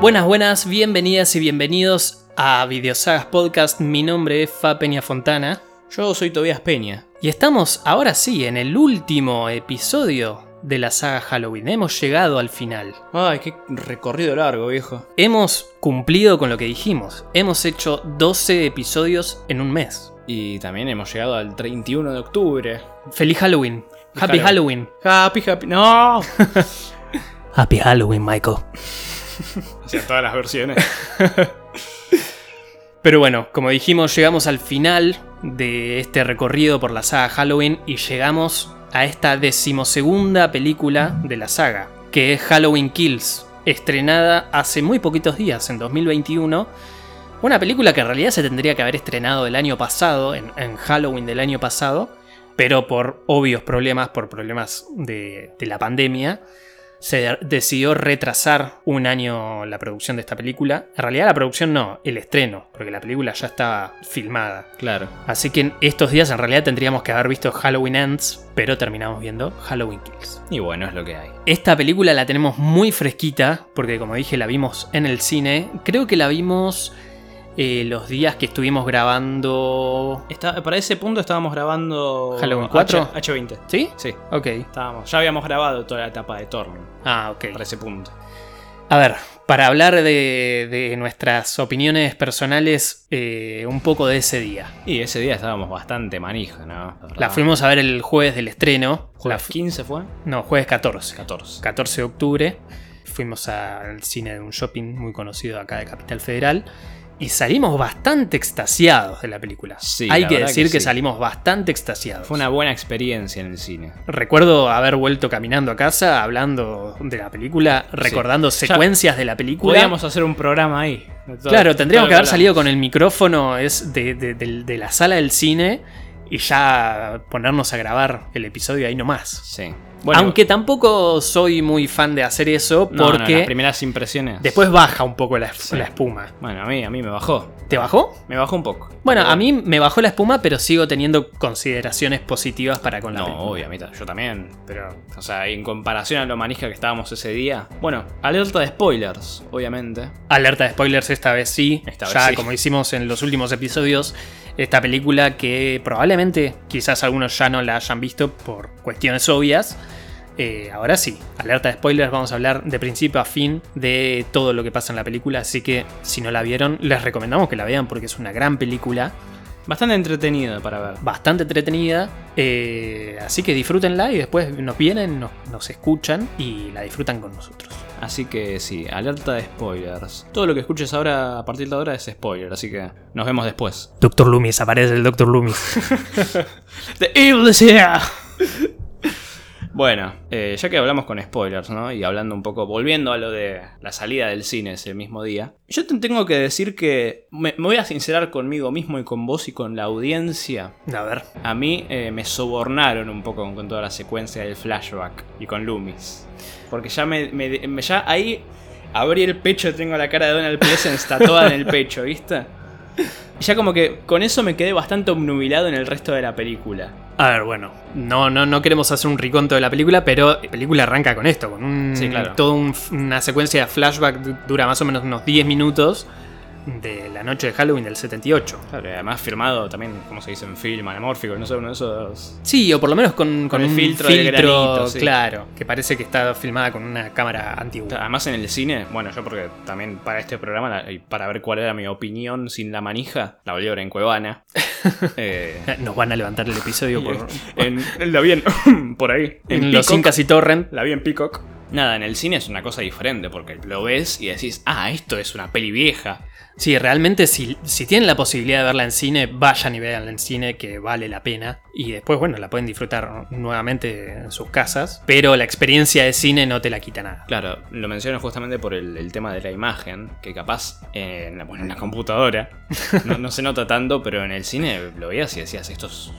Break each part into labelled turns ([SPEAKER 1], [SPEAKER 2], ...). [SPEAKER 1] Buenas, buenas, bienvenidas y bienvenidos a Videosagas Podcast. Mi nombre es Fa Peña Fontana
[SPEAKER 2] Yo soy Tobias Peña.
[SPEAKER 1] y estamos ahora sí en el último episodio de la saga Halloween. Hemos llegado al final.
[SPEAKER 2] Ay, qué recorrido largo, viejo.
[SPEAKER 1] Hemos cumplido con lo que dijimos. Hemos hecho 12 episodios en un mes.
[SPEAKER 2] Y también hemos llegado al 31 de octubre.
[SPEAKER 1] Feliz Halloween. Happy Halloween.
[SPEAKER 2] Happy, happy. ¡No! o
[SPEAKER 1] Happy Halloween, Michael.
[SPEAKER 2] sea, todas las versiones.
[SPEAKER 1] Pero bueno, como dijimos, llegamos al final de este recorrido por la saga Halloween y llegamos a esta decimosegunda película de la saga, que es Halloween Kills, estrenada hace muy poquitos días, en 2021. Una película que en realidad se tendría que haber estrenado el año pasado, en, en Halloween del año pasado, pero por obvios problemas, por problemas de, de la pandemia, se decidió retrasar un año la producción de esta película. En realidad la producción no, el estreno, porque la película ya estaba filmada.
[SPEAKER 2] Claro.
[SPEAKER 1] Así que en estos días en realidad tendríamos que haber visto Halloween Ends, pero terminamos viendo Halloween Kills.
[SPEAKER 2] Y bueno, es lo que hay.
[SPEAKER 1] Esta película la tenemos muy fresquita, porque como dije la vimos en el cine. Creo que la vimos eh, los días que estuvimos grabando...
[SPEAKER 2] Está- para ese punto estábamos grabando.
[SPEAKER 1] Halloween 4?
[SPEAKER 2] H, 20
[SPEAKER 1] ¿Sí?
[SPEAKER 2] Sí,
[SPEAKER 1] Ok.
[SPEAKER 2] estábamos. Ya habíamos grabado toda la etapa de Thorn.
[SPEAKER 1] Ah, ok.
[SPEAKER 2] Para ese punto.
[SPEAKER 1] A ver, para hablar de, de nuestras opiniones personales eh, un poco de ese día.
[SPEAKER 2] Y ese día estábamos bastante manija, ¿no?
[SPEAKER 1] La fuimos a ver el jueves del estreno. La
[SPEAKER 2] Ah. ¿Jueves
[SPEAKER 1] fu-
[SPEAKER 2] 15 fue?
[SPEAKER 1] no, jueves 14.
[SPEAKER 2] 14.
[SPEAKER 1] 14 de octubre. Fuimos al cine de un shopping muy conocido acá de Capital Federal. Y salimos bastante extasiados de la película.
[SPEAKER 2] Sí,
[SPEAKER 1] Hay
[SPEAKER 2] la
[SPEAKER 1] que
[SPEAKER 2] verdad
[SPEAKER 1] decir que,
[SPEAKER 2] que sí.
[SPEAKER 1] salimos bastante extasiados.
[SPEAKER 2] Fue una buena experiencia en el cine.
[SPEAKER 1] Recuerdo haber vuelto caminando a casa, hablando de la película, recordando
[SPEAKER 2] Ya
[SPEAKER 1] secuencias de la película.
[SPEAKER 2] Podíamos hacer un programa ahí. de todo-
[SPEAKER 1] Claro,
[SPEAKER 2] todo
[SPEAKER 1] tendríamos
[SPEAKER 2] lo
[SPEAKER 1] que haber
[SPEAKER 2] hablamos.
[SPEAKER 1] salido con el micrófono es de, de- de- de la sala del cine y ya ponernos a grabar el episodio ahí nomás.
[SPEAKER 2] Sí. Bueno,
[SPEAKER 1] Aunque tampoco soy muy fan de hacer eso
[SPEAKER 2] No, no, las
[SPEAKER 1] porque
[SPEAKER 2] primeras impresiones.
[SPEAKER 1] después baja un poco la, la espuma.
[SPEAKER 2] Bueno, a mí, a mí me bajó.
[SPEAKER 1] ¿Te bajó?
[SPEAKER 2] Me bajó un poco.
[SPEAKER 1] Bueno,
[SPEAKER 2] Pero
[SPEAKER 1] a mí me bajó la espuma, pero sigo teniendo consideraciones positivas para con la
[SPEAKER 2] No,
[SPEAKER 1] película.
[SPEAKER 2] obvio, a mí ta- yo también. Pero, o sea, en comparación a lo manija que estábamos ese día. Bueno, alerta de spoilers, obviamente.
[SPEAKER 1] Alerta de spoilers esta vez sí.
[SPEAKER 2] Esta vez
[SPEAKER 1] ya
[SPEAKER 2] sí.
[SPEAKER 1] como hicimos en los últimos episodios, esta película que probablemente quizás algunos ya no la hayan visto por cuestiones obvias. eh, ahora sí, alerta de spoilers, vamos a hablar de principio a fin de todo lo que pasa en la película, así que si no la vieron, les recomendamos que la vean porque es una gran película,
[SPEAKER 2] Bastante entretenido para ver.
[SPEAKER 1] bastante entretenida, eh, así que disfrútenla y después nos vienen, nos, nos escuchan y la disfrutan con nosotros.
[SPEAKER 2] Así que sí, alerta de spoilers. Todo lo que escuches ahora a partir de ahora es spoiler, así que nos vemos después.
[SPEAKER 1] Doctor Loomis, aparece el Doctor Loomis.
[SPEAKER 2] The evil is here. Bueno, eh, ya que hablamos con spoilers, ¿no? Y hablando un poco, volviendo a lo de la salida del cine ese mismo día, yo te tengo que decir que me, me voy a sincerar conmigo mismo y con vos y con la audiencia.
[SPEAKER 1] A ver.
[SPEAKER 2] A mí eh, me sobornaron un poco con, con toda la secuencia del flashback y con Loomis. Porque ya me, me- me- ya ahí abrí el pecho, tengo la cara de Donald Pleasence tatuada en el pecho, ¿viste? Y ya como que con eso me quedé bastante obnubilado en el resto de la película.
[SPEAKER 1] A ver, bueno, no, no, no queremos hacer un riconto de la película, pero la película arranca con esto, con un,
[SPEAKER 2] Sí, claro.
[SPEAKER 1] toda un- una secuencia de flashback du- dura más o menos unos 10 minutos de la noche de Halloween del 78.
[SPEAKER 2] Claro, y además firmado también, como se dice en film, anamórfico, no sé, uno de esos.
[SPEAKER 1] Sí, o por lo menos con,
[SPEAKER 2] Con el
[SPEAKER 1] un
[SPEAKER 2] filtro del granito, sí.
[SPEAKER 1] claro, que parece que está filmada con una cámara antigua.
[SPEAKER 2] Además en el cine, bueno, yo porque también para este programa la- y para ver cuál era mi opinión sin la manija, la volví a ver en Cuevana. Eh,
[SPEAKER 1] Nos van a levantar el episodio por,
[SPEAKER 2] en, la vi en- por ahí.
[SPEAKER 1] en los
[SPEAKER 2] Peacock.
[SPEAKER 1] Incas y Torrent.
[SPEAKER 2] La vi en Peacock. Nada, en el cine es una cosa diferente porque lo ves y decís, ah, esto es una peli vieja.
[SPEAKER 1] Sí, realmente si, si tienen la posibilidad de verla en cine, vayan y veanla en cine, que vale la pena. Y después, bueno, la pueden disfrutar nuevamente en sus casas. Pero la experiencia de cine no te la quita nada.
[SPEAKER 2] Claro, lo menciono justamente por el, el tema de la imagen, que capaz eh, en, la, bueno, en la computadora no, no se nota tanto, pero en el cine lo veías y decías, esto es...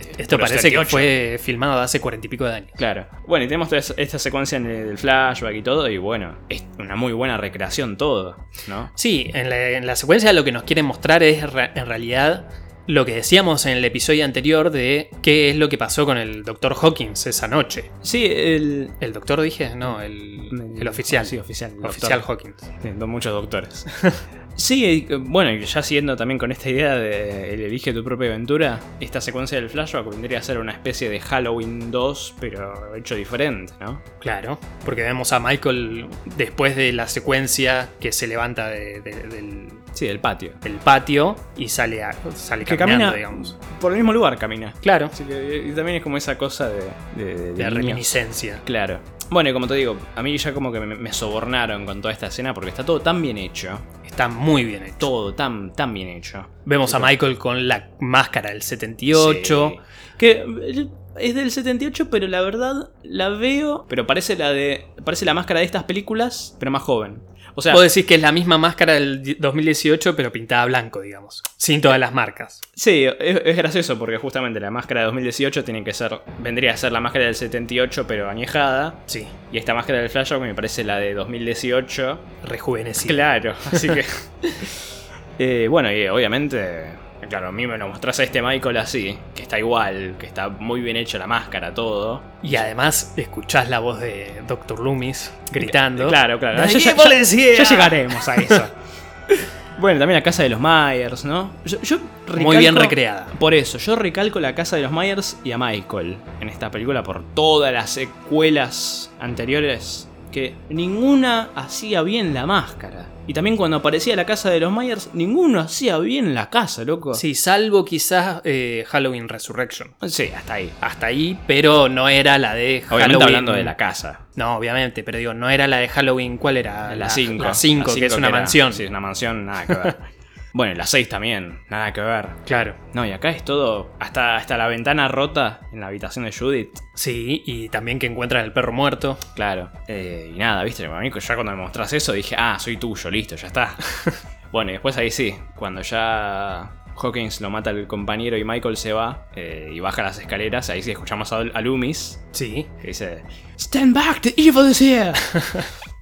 [SPEAKER 2] eh,
[SPEAKER 1] Esto
[SPEAKER 2] puro
[SPEAKER 1] parece que
[SPEAKER 2] 78".
[SPEAKER 1] fue filmado hace cuarenta y pico de años.
[SPEAKER 2] Claro. Bueno, y tenemos toda esa- esta secuencia en el- del flashback y todo, y bueno, es una muy buena recreación todo, ¿no?
[SPEAKER 1] Sí, en la, en la secuencia lo que nos quieren mostrar es re- en realidad lo que decíamos en el episodio anterior de qué es lo que pasó con el Dr. Hawkins esa noche.
[SPEAKER 2] Sí, el.
[SPEAKER 1] ¿El doctor dije? No, el, el oficial.
[SPEAKER 2] Mm, Sí, oficial. el
[SPEAKER 1] oficial
[SPEAKER 2] doctor.
[SPEAKER 1] Hawkins.
[SPEAKER 2] Sí, no muchos doctores. sí, eh, bueno, y ya siguiendo también con esta idea de el elige tu propia aventura, esta secuencia del flashback vendría a ser una especie de Halloween 2, pero hecho diferente, ¿no?
[SPEAKER 1] Claro, porque vemos a Michael después de la secuencia que se levanta de- de- del,
[SPEAKER 2] Sí, del patio.
[SPEAKER 1] del patio y sale, a- sale
[SPEAKER 2] Que
[SPEAKER 1] caminando,
[SPEAKER 2] camina-
[SPEAKER 1] digamos.
[SPEAKER 2] Por el mismo lugar camina.
[SPEAKER 1] Claro,
[SPEAKER 2] Así que, y también es como esa cosa de. de, de
[SPEAKER 1] la
[SPEAKER 2] niño.
[SPEAKER 1] reminiscencia.
[SPEAKER 2] Claro. Bueno, y como te digo, a mí ya como que me, me sobornaron con toda esta escena porque está todo tan bien hecho.
[SPEAKER 1] Está muy bien hecho.
[SPEAKER 2] Todo tan, tan bien hecho.
[SPEAKER 1] Vemos a Michael con la máscara del 78.
[SPEAKER 2] Sí. Que eh, es del 78, pero la verdad la veo. Pero parece la de. Parece la máscara de estas películas, pero más joven. O sea,
[SPEAKER 1] Vos decís que es la misma máscara del di- 2018, pero pintada blanco, digamos. Sin todas las marcas.
[SPEAKER 2] sí, es, es gracioso porque justamente la máscara de 2018 tiene que ser. Vendría a ser la máscara del 78, pero añejada.
[SPEAKER 1] Sí,
[SPEAKER 2] Y esta máscara del flashback me parece la de 2018.
[SPEAKER 1] rejuvenecida.
[SPEAKER 2] Claro, así que. Eh, bueno, y obviamente. Claro, a mí me lo mostrás a este Michael así, que está igual, que está muy bien hecha la máscara, todo.
[SPEAKER 1] Y además escuchás la voz de Dr. Loomis gritando.
[SPEAKER 2] Claro, claro.
[SPEAKER 1] ¡Dale,
[SPEAKER 2] Ya- ya-
[SPEAKER 1] policía!
[SPEAKER 2] ya llegaremos a eso. bueno, también la casa de los Myers, ¿no? Yo, yo
[SPEAKER 1] Muy bien
[SPEAKER 2] recalco-
[SPEAKER 1] recreada.
[SPEAKER 2] Por eso, yo recalco la casa de los Myers y a Michael en esta película por todas las secuelas anteriores que ninguna hacía bien la máscara. Y también cuando aparecía la casa de los Myers, ninguno hacía bien la casa, loco.
[SPEAKER 1] Sí, salvo quizás eh, Halloween Resurrection.
[SPEAKER 2] Sí, hasta ahí.
[SPEAKER 1] Hasta ahí, pero no era la de
[SPEAKER 2] Obviamente
[SPEAKER 1] Halloween.
[SPEAKER 2] hablando de la casa.
[SPEAKER 1] No, obviamente, pero digo, no era la de Halloween, ¿cuál era?
[SPEAKER 2] La 5.
[SPEAKER 1] La 5, que es una mansión.
[SPEAKER 2] Sí, es una mansión, nada que ver. bueno, y la 6 también, nada que ver.
[SPEAKER 1] Claro.
[SPEAKER 2] No, y acá es todo, hasta, hasta la ventana rota en la habitación de Judith.
[SPEAKER 1] Sí, y también que encuentran el perro muerto.
[SPEAKER 2] Claro. Eh, y nada, viste, a mí ya cuando me mostrás eso dije, ah, soy tuyo, listo, ya está. bueno, y después ahí sí, cuando ya Hawkins lo mata al compañero y Michael se va eh, y baja las escaleras, ahí sí escuchamos a, a Loomis
[SPEAKER 1] Sí.
[SPEAKER 2] que dice, Stand back, the evil is here.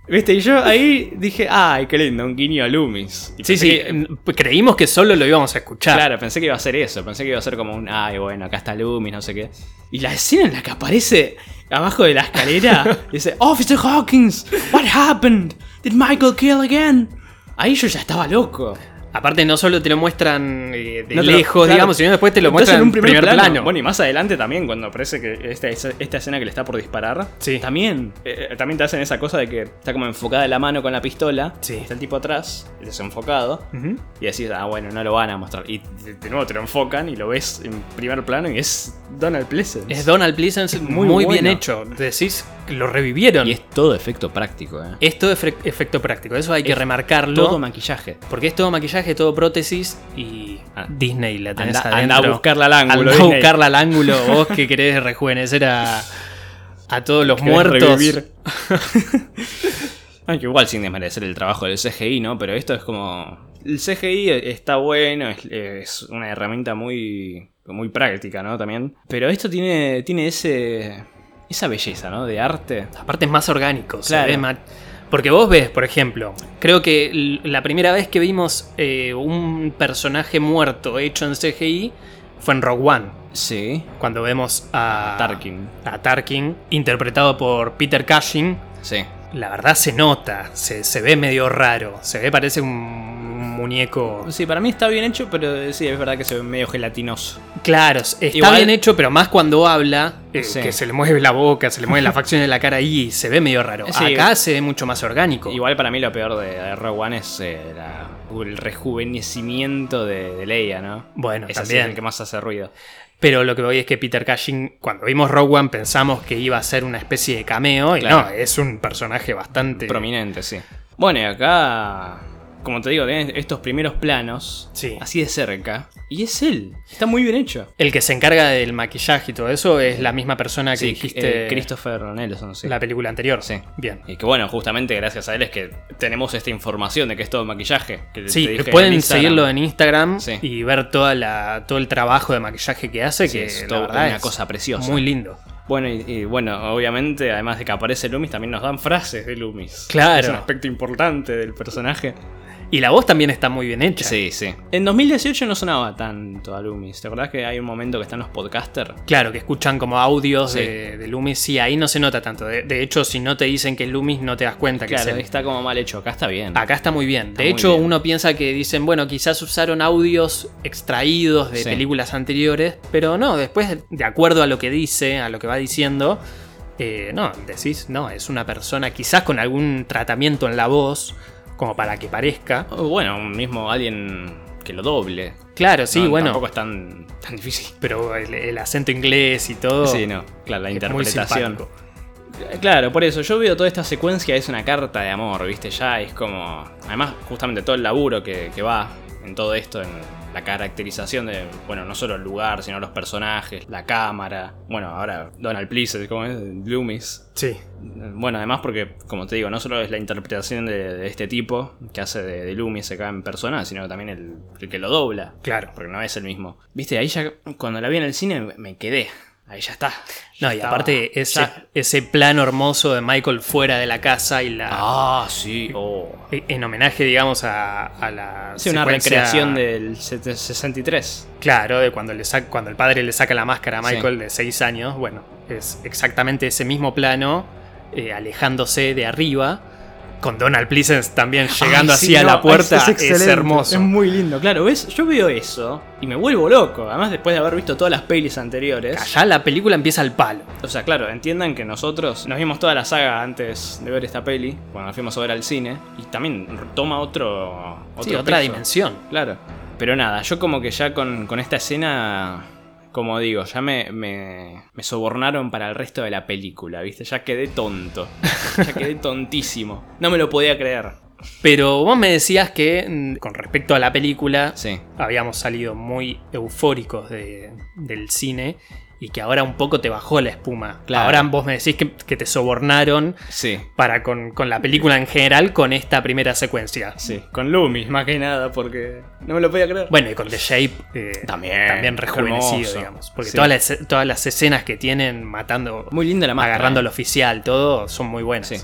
[SPEAKER 2] Viste, y yo ahí dije, ay, qué lindo, un guiño a Loomis. Y
[SPEAKER 1] Sí,
[SPEAKER 2] pensé
[SPEAKER 1] sí,
[SPEAKER 2] que-
[SPEAKER 1] mm, creímos que solo lo íbamos a escuchar.
[SPEAKER 2] Claro, pensé que iba a ser eso. Pensé que iba a ser como un. Ay, bueno, acá está Loomis, no sé qué. Y la escena en la que aparece abajo de la escalera dice: Officer Hawkins, what happened? Did Michael kill again? Ahí yo ya estaba loco.
[SPEAKER 1] Aparte, no solo te lo muestran eh, de
[SPEAKER 2] No te lo-
[SPEAKER 1] lejos,
[SPEAKER 2] claro.
[SPEAKER 1] digamos, sino después te lo
[SPEAKER 2] Entonces,
[SPEAKER 1] muestran en un primer, plano.
[SPEAKER 2] Bueno, y más adelante también, cuando aparece que esta, esta escena que le está por disparar,
[SPEAKER 1] Sí.
[SPEAKER 2] también, eh, también te hacen esa cosa de que está como enfocada la mano con la pistola.
[SPEAKER 1] Sí.
[SPEAKER 2] Está el tipo atrás, desenfocado.
[SPEAKER 1] Ujú.
[SPEAKER 2] Y decís, ah, bueno, no lo van a mostrar. Y de de nuevo te lo enfocan y lo ves en primer plano y es Donald Pleasence.
[SPEAKER 1] Es Donald Pleasence muy,
[SPEAKER 2] Muy
[SPEAKER 1] bien
[SPEAKER 2] bueno.
[SPEAKER 1] hecho. Decís, que lo revivieron.
[SPEAKER 2] y es todo efecto práctico, ¿eh?
[SPEAKER 1] Esto es fre- efecto práctico, eso hay que
[SPEAKER 2] Es
[SPEAKER 1] remarcarlo.
[SPEAKER 2] todo maquillaje.
[SPEAKER 1] porque es todo maquillaje, todo prótesis y
[SPEAKER 2] Ah.
[SPEAKER 1] Disney la tenés
[SPEAKER 2] Anda, anda
[SPEAKER 1] adentro.
[SPEAKER 2] a buscarla al ángulo.
[SPEAKER 1] Andá a
[SPEAKER 2] Disney.
[SPEAKER 1] buscarla al ángulo, vos que querés rejuvenecer a, a todos los
[SPEAKER 2] Querés
[SPEAKER 1] muertos.
[SPEAKER 2] revivir. Aunque igual sin desmerecer el trabajo del CGI, ¿no? Pero esto es como. El CGI e, está bueno, es, es una herramienta muy. muy práctica, ¿no? También. Pero esto tiene. tiene ese. esa belleza, ¿no? De arte.
[SPEAKER 1] Aparte es más orgánico, se
[SPEAKER 2] Claro.
[SPEAKER 1] ve más- Porque vos ves, por ejemplo, creo que l- la primera vez que vimos eh, un personaje muerto hecho en CGI fue en Rogue One,
[SPEAKER 2] Sí.
[SPEAKER 1] cuando vemos a
[SPEAKER 2] Tarkin.
[SPEAKER 1] a Tarkin, interpretado por Peter Cushing.
[SPEAKER 2] Sí.
[SPEAKER 1] La verdad se nota, se, se ve medio raro, se ve parece un muñeco...
[SPEAKER 2] Sí, para mí está bien hecho, pero eh, sí, es verdad que se ve medio gelatinoso.
[SPEAKER 1] Claro, está
[SPEAKER 2] Igual-
[SPEAKER 1] bien hecho, pero más cuando habla, eh,
[SPEAKER 2] Sí.
[SPEAKER 1] que se le mueve la boca, se le mueve la facción de la cara y se ve medio raro.
[SPEAKER 2] Sí.
[SPEAKER 1] Acá se ve mucho más orgánico.
[SPEAKER 2] Igual para mí lo peor de, de Rogue One es eh, la- el rejuvenecimiento de, de Leia, ¿no?
[SPEAKER 1] Bueno,
[SPEAKER 2] Ese sí
[SPEAKER 1] también.
[SPEAKER 2] es el que más hace ruido.
[SPEAKER 1] Pero lo que voy es que Peter Cushing, cuando vimos Rogue One, pensamos que iba a ser una especie de cameo. Y
[SPEAKER 2] Claro.
[SPEAKER 1] no, es un personaje bastante.
[SPEAKER 2] Prominente, sí. Bueno, y acá, como te digo, tenés estos primeros planos,
[SPEAKER 1] Sí.
[SPEAKER 2] así de cerca, y es él. Está muy bien hecho.
[SPEAKER 1] El que se encarga del maquillaje y todo eso es la misma persona que
[SPEAKER 2] Sí,
[SPEAKER 1] dijiste
[SPEAKER 2] eh, Christopher Nelson, sí.
[SPEAKER 1] la película anterior.
[SPEAKER 2] Sí.
[SPEAKER 1] Bien.
[SPEAKER 2] Y que bueno, justamente gracias a él es que tenemos esta información de que es todo maquillaje. Que te-
[SPEAKER 1] Sí,
[SPEAKER 2] te dije en
[SPEAKER 1] pueden
[SPEAKER 2] Instagram.
[SPEAKER 1] seguirlo en Instagram
[SPEAKER 2] Sí.
[SPEAKER 1] y ver toda la, todo el trabajo de maquillaje que hace,
[SPEAKER 2] Sí,
[SPEAKER 1] que
[SPEAKER 2] es
[SPEAKER 1] la
[SPEAKER 2] todo
[SPEAKER 1] verdad
[SPEAKER 2] una
[SPEAKER 1] es
[SPEAKER 2] cosa preciosa.
[SPEAKER 1] Muy lindo.
[SPEAKER 2] Bueno, y, y bueno, obviamente, además de que aparece Loomis, también nos dan frases de Loomis.
[SPEAKER 1] Claro.
[SPEAKER 2] Es un aspecto importante del personaje.
[SPEAKER 1] Y la voz también está muy bien hecha.
[SPEAKER 2] Sí, sí. En 2018 no sonaba tanto a Loomis. ¿Te acordás que hay un momento que están los podcasters?
[SPEAKER 1] Claro, que escuchan como audios
[SPEAKER 2] Sí.
[SPEAKER 1] de, de Loomis. Sí, ahí no se nota tanto. De, de hecho, si no te dicen que es Loomis, no te das cuenta que
[SPEAKER 2] Claro,
[SPEAKER 1] es él.
[SPEAKER 2] está como mal hecho. Acá está bien.
[SPEAKER 1] Acá está muy bien.
[SPEAKER 2] Está
[SPEAKER 1] de
[SPEAKER 2] muy
[SPEAKER 1] hecho,
[SPEAKER 2] bien.
[SPEAKER 1] uno piensa que dicen, bueno, quizás usaron audios extraídos de
[SPEAKER 2] Sí.
[SPEAKER 1] películas anteriores, pero no, después, de acuerdo a lo que dice, a lo que va diciendo, eh, no, decís, no, es una persona quizás con algún tratamiento en la voz, como para que parezca.
[SPEAKER 2] O Bueno, mismo alguien que lo doble.
[SPEAKER 1] Claro, sí,
[SPEAKER 2] No,
[SPEAKER 1] bueno,
[SPEAKER 2] Tampoco es tan, tan difícil.
[SPEAKER 1] pero el, el acento inglés y todo.
[SPEAKER 2] Sí, no. Claro, la
[SPEAKER 1] es muy
[SPEAKER 2] interpretación.
[SPEAKER 1] simpático.
[SPEAKER 2] Claro, por eso yo veo toda esta secuencia, es una carta de amor, ¿viste? Ya es como. Además, justamente todo el laburo que, que va en todo esto, en la caracterización de, bueno, no solo el lugar, sino los personajes, la cámara. Bueno, ahora Donald Pleasant, ¿cómo es? Loomis.
[SPEAKER 1] Sí.
[SPEAKER 2] Bueno, además porque, como te digo, no solo es la interpretación de, de este tipo que hace de, de Loomis acá en persona, sino también el, el que lo dobla.
[SPEAKER 1] Claro.
[SPEAKER 2] Porque no es el mismo. Viste, ahí ya, cuando la vi en el cine, me quedé. Ahí ya está.
[SPEAKER 1] No,
[SPEAKER 2] Ya
[SPEAKER 1] y
[SPEAKER 2] estaba.
[SPEAKER 1] aparte ese,
[SPEAKER 2] Ya-
[SPEAKER 1] ese plano hermoso de Michael fuera de la casa y la...
[SPEAKER 2] Ah, sí. Oh.
[SPEAKER 1] Eh, En homenaje, digamos, a, a la.
[SPEAKER 2] Sí, una
[SPEAKER 1] secuencia-
[SPEAKER 2] recreación del 63.
[SPEAKER 1] Claro, de cuando, le sac- cuando el padre le saca la máscara a
[SPEAKER 2] Sí.
[SPEAKER 1] Michael de 6 años. Bueno, es exactamente ese mismo plano, eh, alejándose de arriba, con Donald Pleasence también llegando
[SPEAKER 2] Ah,
[SPEAKER 1] así a la puerta. Es, hermoso.
[SPEAKER 2] Es muy lindo. Claro, ¿ves? Yo veo eso y me vuelvo loco. Además, después de haber visto todas las pelis anteriores.
[SPEAKER 1] Allá la película empieza al palo.
[SPEAKER 2] O sea, claro, entiendan que nosotros nos vimos toda la saga antes de ver esta peli, cuando la fuimos a ver al cine, y también toma otro, otro
[SPEAKER 1] Sí, otra
[SPEAKER 2] peso.
[SPEAKER 1] dimensión.
[SPEAKER 2] Claro. Pero nada, yo como que ya con, con esta escena, como digo, ya me, me, me sobornaron para el resto de la película, ¿viste? Ya quedé tonto. ya quedé tontísimo. No me lo podía creer.
[SPEAKER 1] Pero vos me decías que, mm, con respecto a la película,
[SPEAKER 2] Sí.
[SPEAKER 1] habíamos salido muy eufóricos de- del cine y que ahora un poco te bajó la espuma.
[SPEAKER 2] Claro.
[SPEAKER 1] Ahora vos me decís que, que te sobornaron
[SPEAKER 2] Sí.
[SPEAKER 1] para con, con la película en general con esta primera secuencia.
[SPEAKER 2] Sí. Con Loomis, más que nada, porque no me lo podía creer.
[SPEAKER 1] Bueno, y con The Shape eh,
[SPEAKER 2] También,
[SPEAKER 1] rejuvenecido,
[SPEAKER 2] hermoso.
[SPEAKER 1] digamos. Porque
[SPEAKER 2] Sí.
[SPEAKER 1] todas, las, todas las escenas que tienen matando,
[SPEAKER 2] muy linda la máscara.
[SPEAKER 1] agarrando
[SPEAKER 2] ¿eh?
[SPEAKER 1] al oficial, todo, son muy buenas.
[SPEAKER 2] Sí.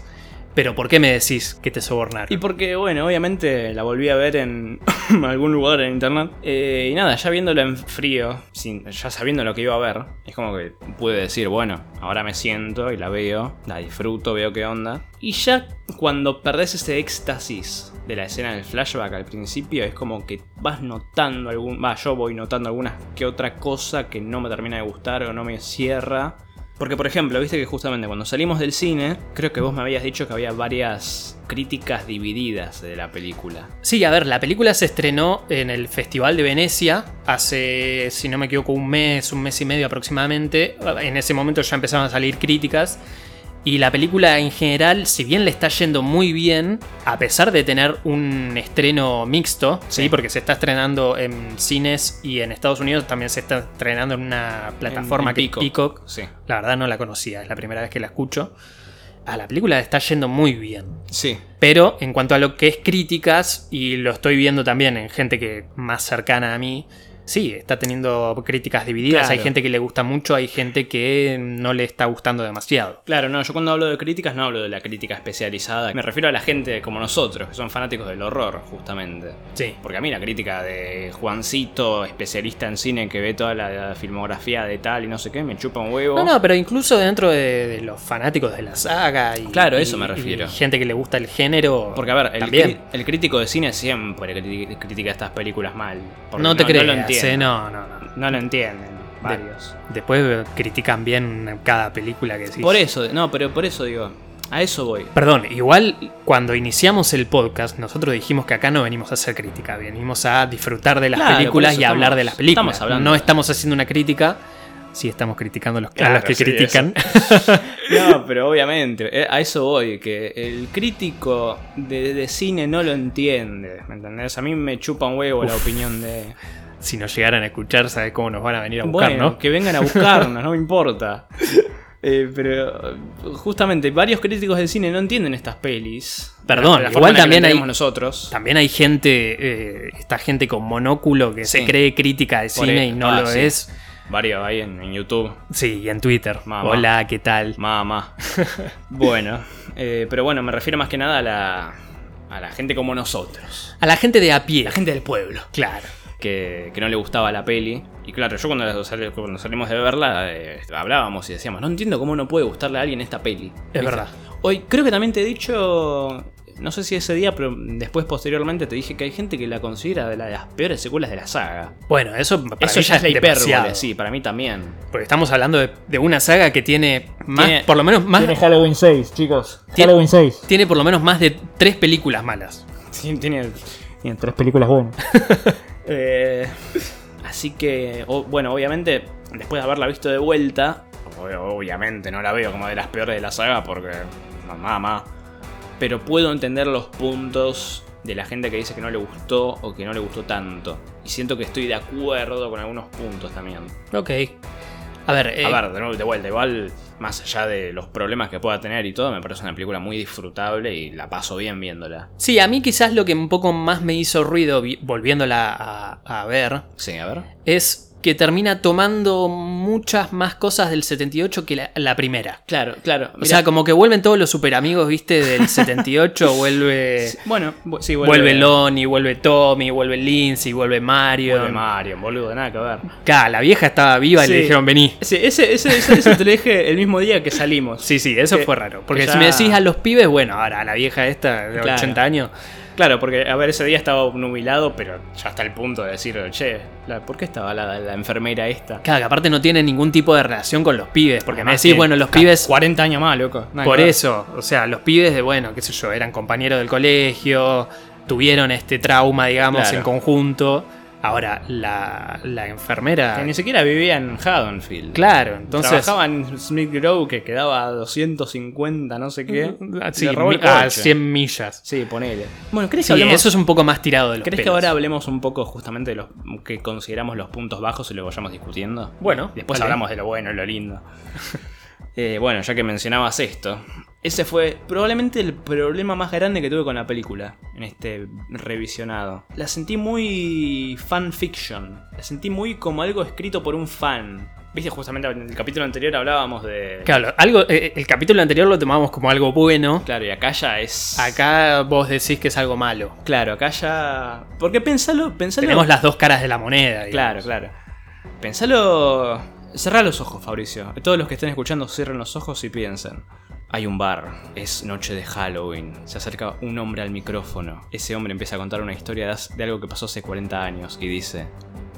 [SPEAKER 1] Pero ¿por qué me decís que te sobornaron?
[SPEAKER 2] Y porque, bueno, obviamente la volví a ver en algún lugar en internet. Eh, y nada, ya viéndolo en frío, sin, ya sabiendo lo que iba a ver, es como que pude decir, bueno, ahora me siento y la veo, la disfruto, veo qué onda. Y ya cuando perdés ese éxtasis de la escena del flashback al principio, es como que vas notando algún. Va, yo voy notando alguna que otra cosa que no me termina de gustar o no me cierra. Porque, por ejemplo, viste que justamente cuando salimos del cine, creo que vos me habías dicho que había varias críticas divididas de la película.
[SPEAKER 1] Sí, a ver, la película se estrenó en el Festival de Venecia hace, si no me equivoco, un mes, un mes y medio aproximadamente. En ese momento ya empezaron a salir críticas. Y la película en general, si bien le está yendo muy bien, a pesar de tener un estreno mixto, sí,
[SPEAKER 2] Sí.
[SPEAKER 1] porque se está estrenando en cines y en Estados Unidos también se está estrenando en una plataforma
[SPEAKER 2] En- en
[SPEAKER 1] que
[SPEAKER 2] Peacock.
[SPEAKER 1] es Peacock.
[SPEAKER 2] Sí.
[SPEAKER 1] La verdad no la conocía, es la primera vez que la escucho. A la película le está yendo muy bien.
[SPEAKER 2] Sí.
[SPEAKER 1] Pero en cuanto a lo que es críticas, y lo estoy viendo también en gente que más cercana a mí, sí, está teniendo críticas divididas.
[SPEAKER 2] Claro.
[SPEAKER 1] Hay gente que le gusta mucho, hay gente que no le está gustando demasiado.
[SPEAKER 2] Claro, no, yo cuando hablo de críticas no hablo de la crítica especializada. Me refiero a la gente como nosotros, que son fanáticos del horror, justamente.
[SPEAKER 1] Sí.
[SPEAKER 2] Porque a mí la crítica de Juancito, especialista en cine que ve toda la, la filmografía de tal y no sé qué, me chupa un huevo.
[SPEAKER 1] No, no, pero incluso dentro de, de los fanáticos de la saga y,
[SPEAKER 2] Claro, eso
[SPEAKER 1] y-
[SPEAKER 2] me refiero.
[SPEAKER 1] y gente que le gusta el género.
[SPEAKER 2] Porque, a ver, el,
[SPEAKER 1] también.
[SPEAKER 2] cri- el crítico de cine siempre cri- critica estas películas mal. Porque
[SPEAKER 1] no te creas,
[SPEAKER 2] No lo entiende.
[SPEAKER 1] eh, no, no, no.
[SPEAKER 2] No lo entienden varios.
[SPEAKER 1] Después eh, critican bien cada película que sí.
[SPEAKER 2] Por eso, no, pero por eso digo, a eso voy.
[SPEAKER 1] Perdón, igual cuando iniciamos el podcast nosotros dijimos que acá no venimos a hacer crítica, venimos a disfrutar de las
[SPEAKER 2] Claro,
[SPEAKER 1] películas
[SPEAKER 2] por eso
[SPEAKER 1] y a hablar
[SPEAKER 2] estamos-
[SPEAKER 1] de las películas.
[SPEAKER 2] estamos hablando.
[SPEAKER 1] No estamos haciendo una crítica, sí estamos criticando a los, a los
[SPEAKER 2] Claro,
[SPEAKER 1] que
[SPEAKER 2] sí,
[SPEAKER 1] critican.
[SPEAKER 2] No, pero obviamente, eh, a eso voy, que el crítico de, de cine no lo entiende, ¿me entendés? A mí me chupa un huevo la opinión de...
[SPEAKER 1] si nos llegaran a escuchar, sabes cómo nos van a venir a buscar,
[SPEAKER 2] Bueno,
[SPEAKER 1] ¿no?
[SPEAKER 2] que vengan a buscarnos, no me importa. Eh, pero eh, justamente varios críticos de cine no entienden estas pelis.
[SPEAKER 1] Perdón,
[SPEAKER 2] La- la
[SPEAKER 1] igual
[SPEAKER 2] forma en la que la
[SPEAKER 1] también hay-
[SPEAKER 2] entendemos nosotros.
[SPEAKER 1] También hay gente, eh, esta gente con monóculo que se
[SPEAKER 2] Sí.
[SPEAKER 1] cree crítica de
[SPEAKER 2] Por
[SPEAKER 1] cine
[SPEAKER 2] e-
[SPEAKER 1] y no
[SPEAKER 2] ah,
[SPEAKER 1] lo
[SPEAKER 2] sí.
[SPEAKER 1] es.
[SPEAKER 2] Varios ahí en- en YouTube.
[SPEAKER 1] Sí, y en Twitter.
[SPEAKER 2] Mamá.
[SPEAKER 1] Hola, ¿qué tal?
[SPEAKER 2] Mamá. bueno, eh, pero bueno, me refiero más que nada a la, a la gente como nosotros.
[SPEAKER 1] A la gente de a pie.
[SPEAKER 2] La gente del pueblo.
[SPEAKER 1] Claro.
[SPEAKER 2] que, que no le gustaba la peli. Y claro, yo cuando, la sal- cuando salimos de verla, eh, hablábamos y decíamos, no entiendo cómo no puede gustarle a alguien esta peli. ¿Viste?
[SPEAKER 1] verdad.
[SPEAKER 2] Hoy creo que también te he dicho, no sé si ese día, pero después posteriormente te dije que hay gente que la considera de, la- de las peores secuelas de la saga.
[SPEAKER 1] Bueno, eso para
[SPEAKER 2] Eso
[SPEAKER 1] mí
[SPEAKER 2] ya es la hipérbole,
[SPEAKER 1] demasiado.
[SPEAKER 2] sí, para mí también.
[SPEAKER 1] Porque estamos hablando de, de una saga que tiene más,
[SPEAKER 2] Tiene-
[SPEAKER 1] por lo menos más,
[SPEAKER 3] Tiene Halloween 6, chicos.
[SPEAKER 1] Tiene-
[SPEAKER 3] Halloween 6.
[SPEAKER 1] tiene por lo menos más de tres películas malas.
[SPEAKER 2] Sí, Tiene,
[SPEAKER 3] Tiene tres películas buenas.
[SPEAKER 2] Eh, así que, o- bueno, obviamente, después de haberla visto de vuelta, ob- obviamente no la veo como de las peores de la saga porque, mamá, mamá. Pero puedo entender los puntos de la gente que dice que no le gustó o que no le gustó tanto. Y siento que estoy de acuerdo con algunos puntos también.
[SPEAKER 1] Ok. A ver, eh,
[SPEAKER 2] A ver, de nuevo, de vuelta, igual, más allá de los problemas que pueda tener y todo, me parece una película muy disfrutable y la paso bien viéndola.
[SPEAKER 1] sí, a mí quizás lo que un poco más me hizo ruido vi- volviéndola a, a ver
[SPEAKER 2] Sí, a ver.
[SPEAKER 1] es que termina tomando muchas más cosas del 78 que la, la primera.
[SPEAKER 2] Claro, claro.
[SPEAKER 1] O sea, como que vuelven todos los superamigos, ¿viste? Del 78 vuelve...
[SPEAKER 2] bueno, bu- sí,
[SPEAKER 1] Vuelve, Lonnie, vuelve Tommy, vuelve Lindsay, vuelve Mario.
[SPEAKER 2] Vuelve Mario, boludo, nada que ver.
[SPEAKER 1] Claro, la vieja estaba viva y le
[SPEAKER 2] Sí.
[SPEAKER 1] dijeron vení.
[SPEAKER 2] Ese, ese, ese, ese, ese te lo dije el mismo día que salimos.
[SPEAKER 1] Sí, sí, eso
[SPEAKER 2] Que-
[SPEAKER 1] fue raro. Porque
[SPEAKER 2] que
[SPEAKER 1] si me
[SPEAKER 2] ya-
[SPEAKER 1] decís a los pibes, bueno, ahora a la vieja esta de
[SPEAKER 2] Claro.
[SPEAKER 1] 80 años.
[SPEAKER 2] Claro, porque a ver, ese día estaba obnubilado, pero ya hasta el punto de decir, che, la- ¿por qué estaba la, la enfermera esta?
[SPEAKER 1] Claro, que aparte no tiene ningún tipo de relación con los pibes. Porque me
[SPEAKER 2] Además
[SPEAKER 1] decís,
[SPEAKER 2] Ah, que-
[SPEAKER 1] bueno, los
[SPEAKER 2] ca-
[SPEAKER 1] pibes.
[SPEAKER 2] 40 años más, loco. Nada
[SPEAKER 1] Por
[SPEAKER 2] que ver.
[SPEAKER 1] eso, o sea, los pibes de, bueno, qué sé yo, eran compañeros del colegio, tuvieron este trauma, digamos,
[SPEAKER 2] Claro.
[SPEAKER 1] en conjunto. Ahora, la, la enfermera.
[SPEAKER 2] Que ni siquiera vivía en Haddonfield.
[SPEAKER 1] Claro, entonces.
[SPEAKER 2] Trabajaba en Smith Grove, que quedaba a 250, no sé qué.
[SPEAKER 1] Sí,
[SPEAKER 2] Le robó el
[SPEAKER 1] mi- a
[SPEAKER 2] coche.
[SPEAKER 1] 100 millas.
[SPEAKER 2] Sí, ponele. ah, Bueno, ¿crees
[SPEAKER 1] Sí, eso es un poco más tirado de los
[SPEAKER 2] ¿Crees que
[SPEAKER 1] pelos.
[SPEAKER 2] ahora hablemos un poco justamente de los que consideramos los puntos bajos y lo vayamos discutiendo?
[SPEAKER 1] Bueno,
[SPEAKER 2] después
[SPEAKER 1] dale.
[SPEAKER 2] hablamos de lo bueno y lo lindo. Eh, bueno, ya que mencionabas esto, ese fue probablemente el problema más grande que tuve con la película en este revisionado. La sentí muy fanfiction, la sentí muy como algo escrito por un fan. Viste, justamente en el capítulo anterior hablábamos de...
[SPEAKER 1] Claro, algo, eh, el capítulo anterior lo tomamos como algo bueno.
[SPEAKER 2] Claro, y acá ya es...
[SPEAKER 1] Acá vos decís que es algo malo.
[SPEAKER 2] Claro, acá ya... Porque pensalo, pensalo...
[SPEAKER 1] Tenemos las dos caras de la moneda.
[SPEAKER 2] Claro,
[SPEAKER 1] digamos.
[SPEAKER 2] claro. Pensalo. Cerrá los ojos, Fabricio. Todos los que estén escuchando, cierren los ojos y piensen. Hay un bar, es noche de Halloween. Se acerca un hombre al micrófono. Ese hombre empieza a contar una historia de hace- de algo que pasó hace 40 años y dice: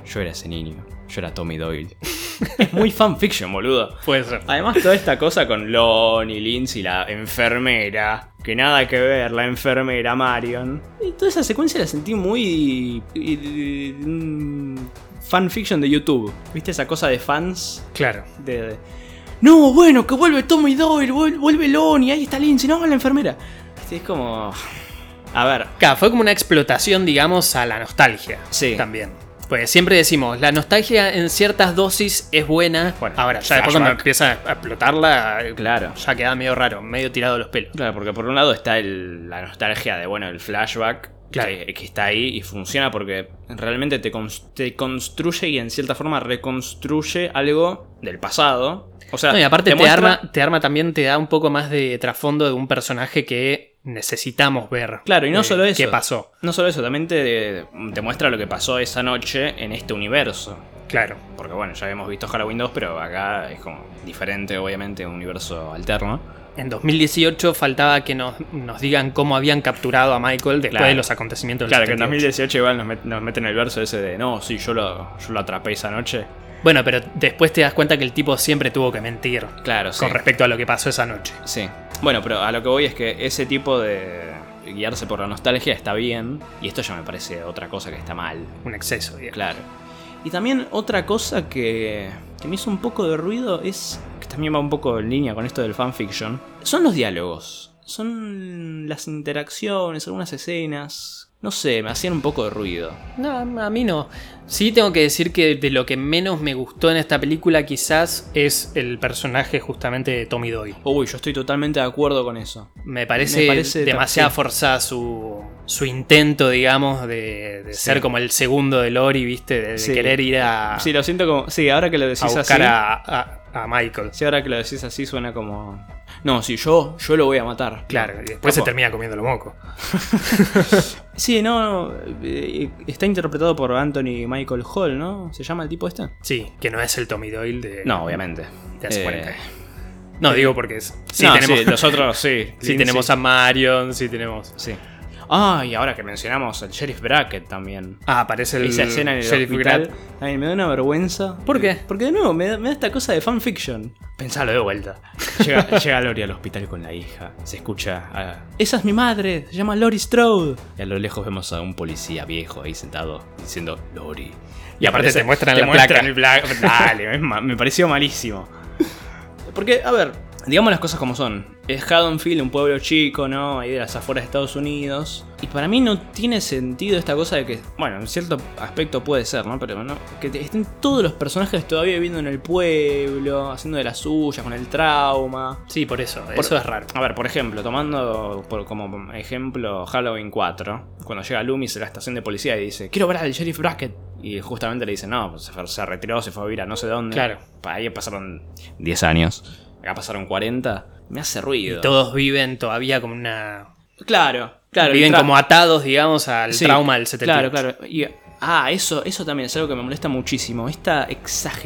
[SPEAKER 2] Yo era ese niño, yo era Tommy Doyle. es muy fanfiction, boludo.
[SPEAKER 1] Puede ser.
[SPEAKER 2] Además, toda esta cosa con Lon y Lindsay, la enfermera, que nada que ver, la enfermera Marion. Y toda esa secuencia la sentí muy. eh, mm, fanfiction de YouTube. ¿Viste esa cosa de fans?
[SPEAKER 1] Claro.
[SPEAKER 2] De. de, no, bueno, que vuelve Tommy Doyle, vuel- vuelve Lon y ahí está Lindsay, no, la enfermera. Este es como. A ver,
[SPEAKER 1] Claro, fue como una explotación, digamos, a la nostalgia.
[SPEAKER 2] Sí.
[SPEAKER 1] También. Pues siempre decimos, la nostalgia en ciertas dosis es buena.
[SPEAKER 2] Bueno,
[SPEAKER 1] ahora, ya después cuando
[SPEAKER 2] flashback.
[SPEAKER 1] empieza a explotarla, eh,
[SPEAKER 2] claro.
[SPEAKER 1] ya queda medio raro, medio tirado de los pelos.
[SPEAKER 2] Claro, porque por un lado está el- la nostalgia de, bueno, el flashback.
[SPEAKER 1] Claro.
[SPEAKER 2] Que, que está ahí y funciona porque realmente te, cons- te construye y en cierta forma reconstruye algo del pasado. O sea,
[SPEAKER 1] No, y aparte te,
[SPEAKER 2] muestra-
[SPEAKER 1] arma, te arma también, te da un poco más de trasfondo de un personaje que necesitamos ver.
[SPEAKER 2] Claro, y no
[SPEAKER 1] eh,
[SPEAKER 2] solo eso.
[SPEAKER 1] ¿Qué pasó?
[SPEAKER 2] No solo eso, también te, te muestra lo que pasó esa noche en este universo.
[SPEAKER 1] Claro.
[SPEAKER 2] Porque bueno, ya habíamos visto Halloween 2, pero acá es como diferente, obviamente, un universo alterno.
[SPEAKER 1] En 2018 faltaba que nos, nos digan cómo habían capturado a Michael después
[SPEAKER 2] Claro.
[SPEAKER 1] de los acontecimientos. del
[SPEAKER 2] Claro, que en
[SPEAKER 1] 78.
[SPEAKER 2] 2018 igual nos, met- nos meten el verso ese de, no, sí, yo lo, yo lo atrapé esa noche.
[SPEAKER 1] Bueno, pero después te das cuenta que el tipo siempre tuvo que mentir
[SPEAKER 2] Claro, sí.
[SPEAKER 1] con respecto a lo que pasó esa noche.
[SPEAKER 2] Sí. Bueno, pero a lo que voy es que ese tipo de guiarse por la nostalgia está bien. Y esto ya me parece otra cosa que está mal.
[SPEAKER 1] Un exceso, digamos.
[SPEAKER 2] Claro. Y también otra cosa que, que me hizo un poco de ruido es. que también va un poco en línea con esto del fanfiction. Son los diálogos. Son las interacciones, algunas escenas. No sé, me hacían un poco de ruido.
[SPEAKER 1] No, a mí no. Sí tengo que decir que de lo que menos me gustó en esta película quizás es el personaje justamente de Tommy Doyle.
[SPEAKER 2] Uy, yo estoy totalmente de acuerdo con eso.
[SPEAKER 1] Me parece,
[SPEAKER 2] Me parece
[SPEAKER 1] demasiado
[SPEAKER 2] sí.
[SPEAKER 1] forzada su, su intento, digamos, de, de
[SPEAKER 2] Sí.
[SPEAKER 1] ser como el segundo de Lori, ¿viste? De, de
[SPEAKER 2] Sí.
[SPEAKER 1] querer ir a,
[SPEAKER 2] Sí, lo siento como. Sí, ahora que lo
[SPEAKER 1] Ah. a
[SPEAKER 2] decís así.
[SPEAKER 1] buscar a, a- a Michael.
[SPEAKER 2] Sí, ahora que lo decís así suena como. No, si yo, yo lo voy a matar.
[SPEAKER 1] Claro, y después se
[SPEAKER 2] Capo.
[SPEAKER 1] termina comiendo lo moco.
[SPEAKER 2] Sí, no. eh, Está interpretado por Anthony Michael Hall, ¿no? ¿Se llama el tipo este?
[SPEAKER 1] Sí, que no es el Tommy Doyle de,
[SPEAKER 2] No, obviamente.
[SPEAKER 1] de hace
[SPEAKER 2] Eh,
[SPEAKER 1] 40 años. No, digo porque es. Sí,
[SPEAKER 2] no,
[SPEAKER 1] tenemos,
[SPEAKER 2] sí, los otros sí.
[SPEAKER 1] sí, tenemos a Marion, sí tenemos.
[SPEAKER 2] Sí. Ah, y ahora que mencionamos al Sheriff Brackett también.
[SPEAKER 1] Ah, aparece el.
[SPEAKER 2] Esa escena en el
[SPEAKER 1] Sheriff
[SPEAKER 2] hospital.
[SPEAKER 1] Grant.
[SPEAKER 2] Ay, me da una vergüenza.
[SPEAKER 1] ¿Por qué?
[SPEAKER 2] Porque de nuevo, me da, me da esta cosa de fanfiction. Pensalo de vuelta. Llega, llega Lori al hospital con la hija. Se escucha a- Esa es mi madre, se llama Lori Strode. Y a lo lejos vemos a un policía viejo ahí sentado diciendo Lori.
[SPEAKER 1] Y aparte te muestran la placa.
[SPEAKER 2] el placa. Dale, es ma- me pareció malísimo. Porque, a ver, digamos las cosas como son. Es Haddonfield, un pueblo chico, ¿no? Ahí de las afueras de Estados Unidos. Y para mí no tiene sentido esta cosa de que, bueno, en cierto aspecto puede ser, ¿no? Pero no, que te- estén todos los personajes todavía viviendo en el pueblo, haciendo de las suyas, con el trauma.
[SPEAKER 1] Sí, por eso.
[SPEAKER 2] Por-
[SPEAKER 1] Eso es raro.
[SPEAKER 2] A ver, por ejemplo, tomando por- como ejemplo Halloween 4, cuando llega Loomis a la estación de policía y dice, quiero ver al sheriff Brackett. Y justamente le dice, no, pues se, fue- se retiró, se fue a vivir a no sé dónde.
[SPEAKER 1] Claro.
[SPEAKER 2] Para ahí pasaron 10 años. Acá pasaron 40. Me hace ruido.
[SPEAKER 1] Todos viven todavía como una.
[SPEAKER 2] Claro, claro. el
[SPEAKER 1] viven
[SPEAKER 2] tra-
[SPEAKER 1] como atados, digamos, al
[SPEAKER 2] Sí,
[SPEAKER 1] trauma del 78.
[SPEAKER 2] Claro, claro. Y- ah, eso, eso también es algo que me molesta muchísimo. Esta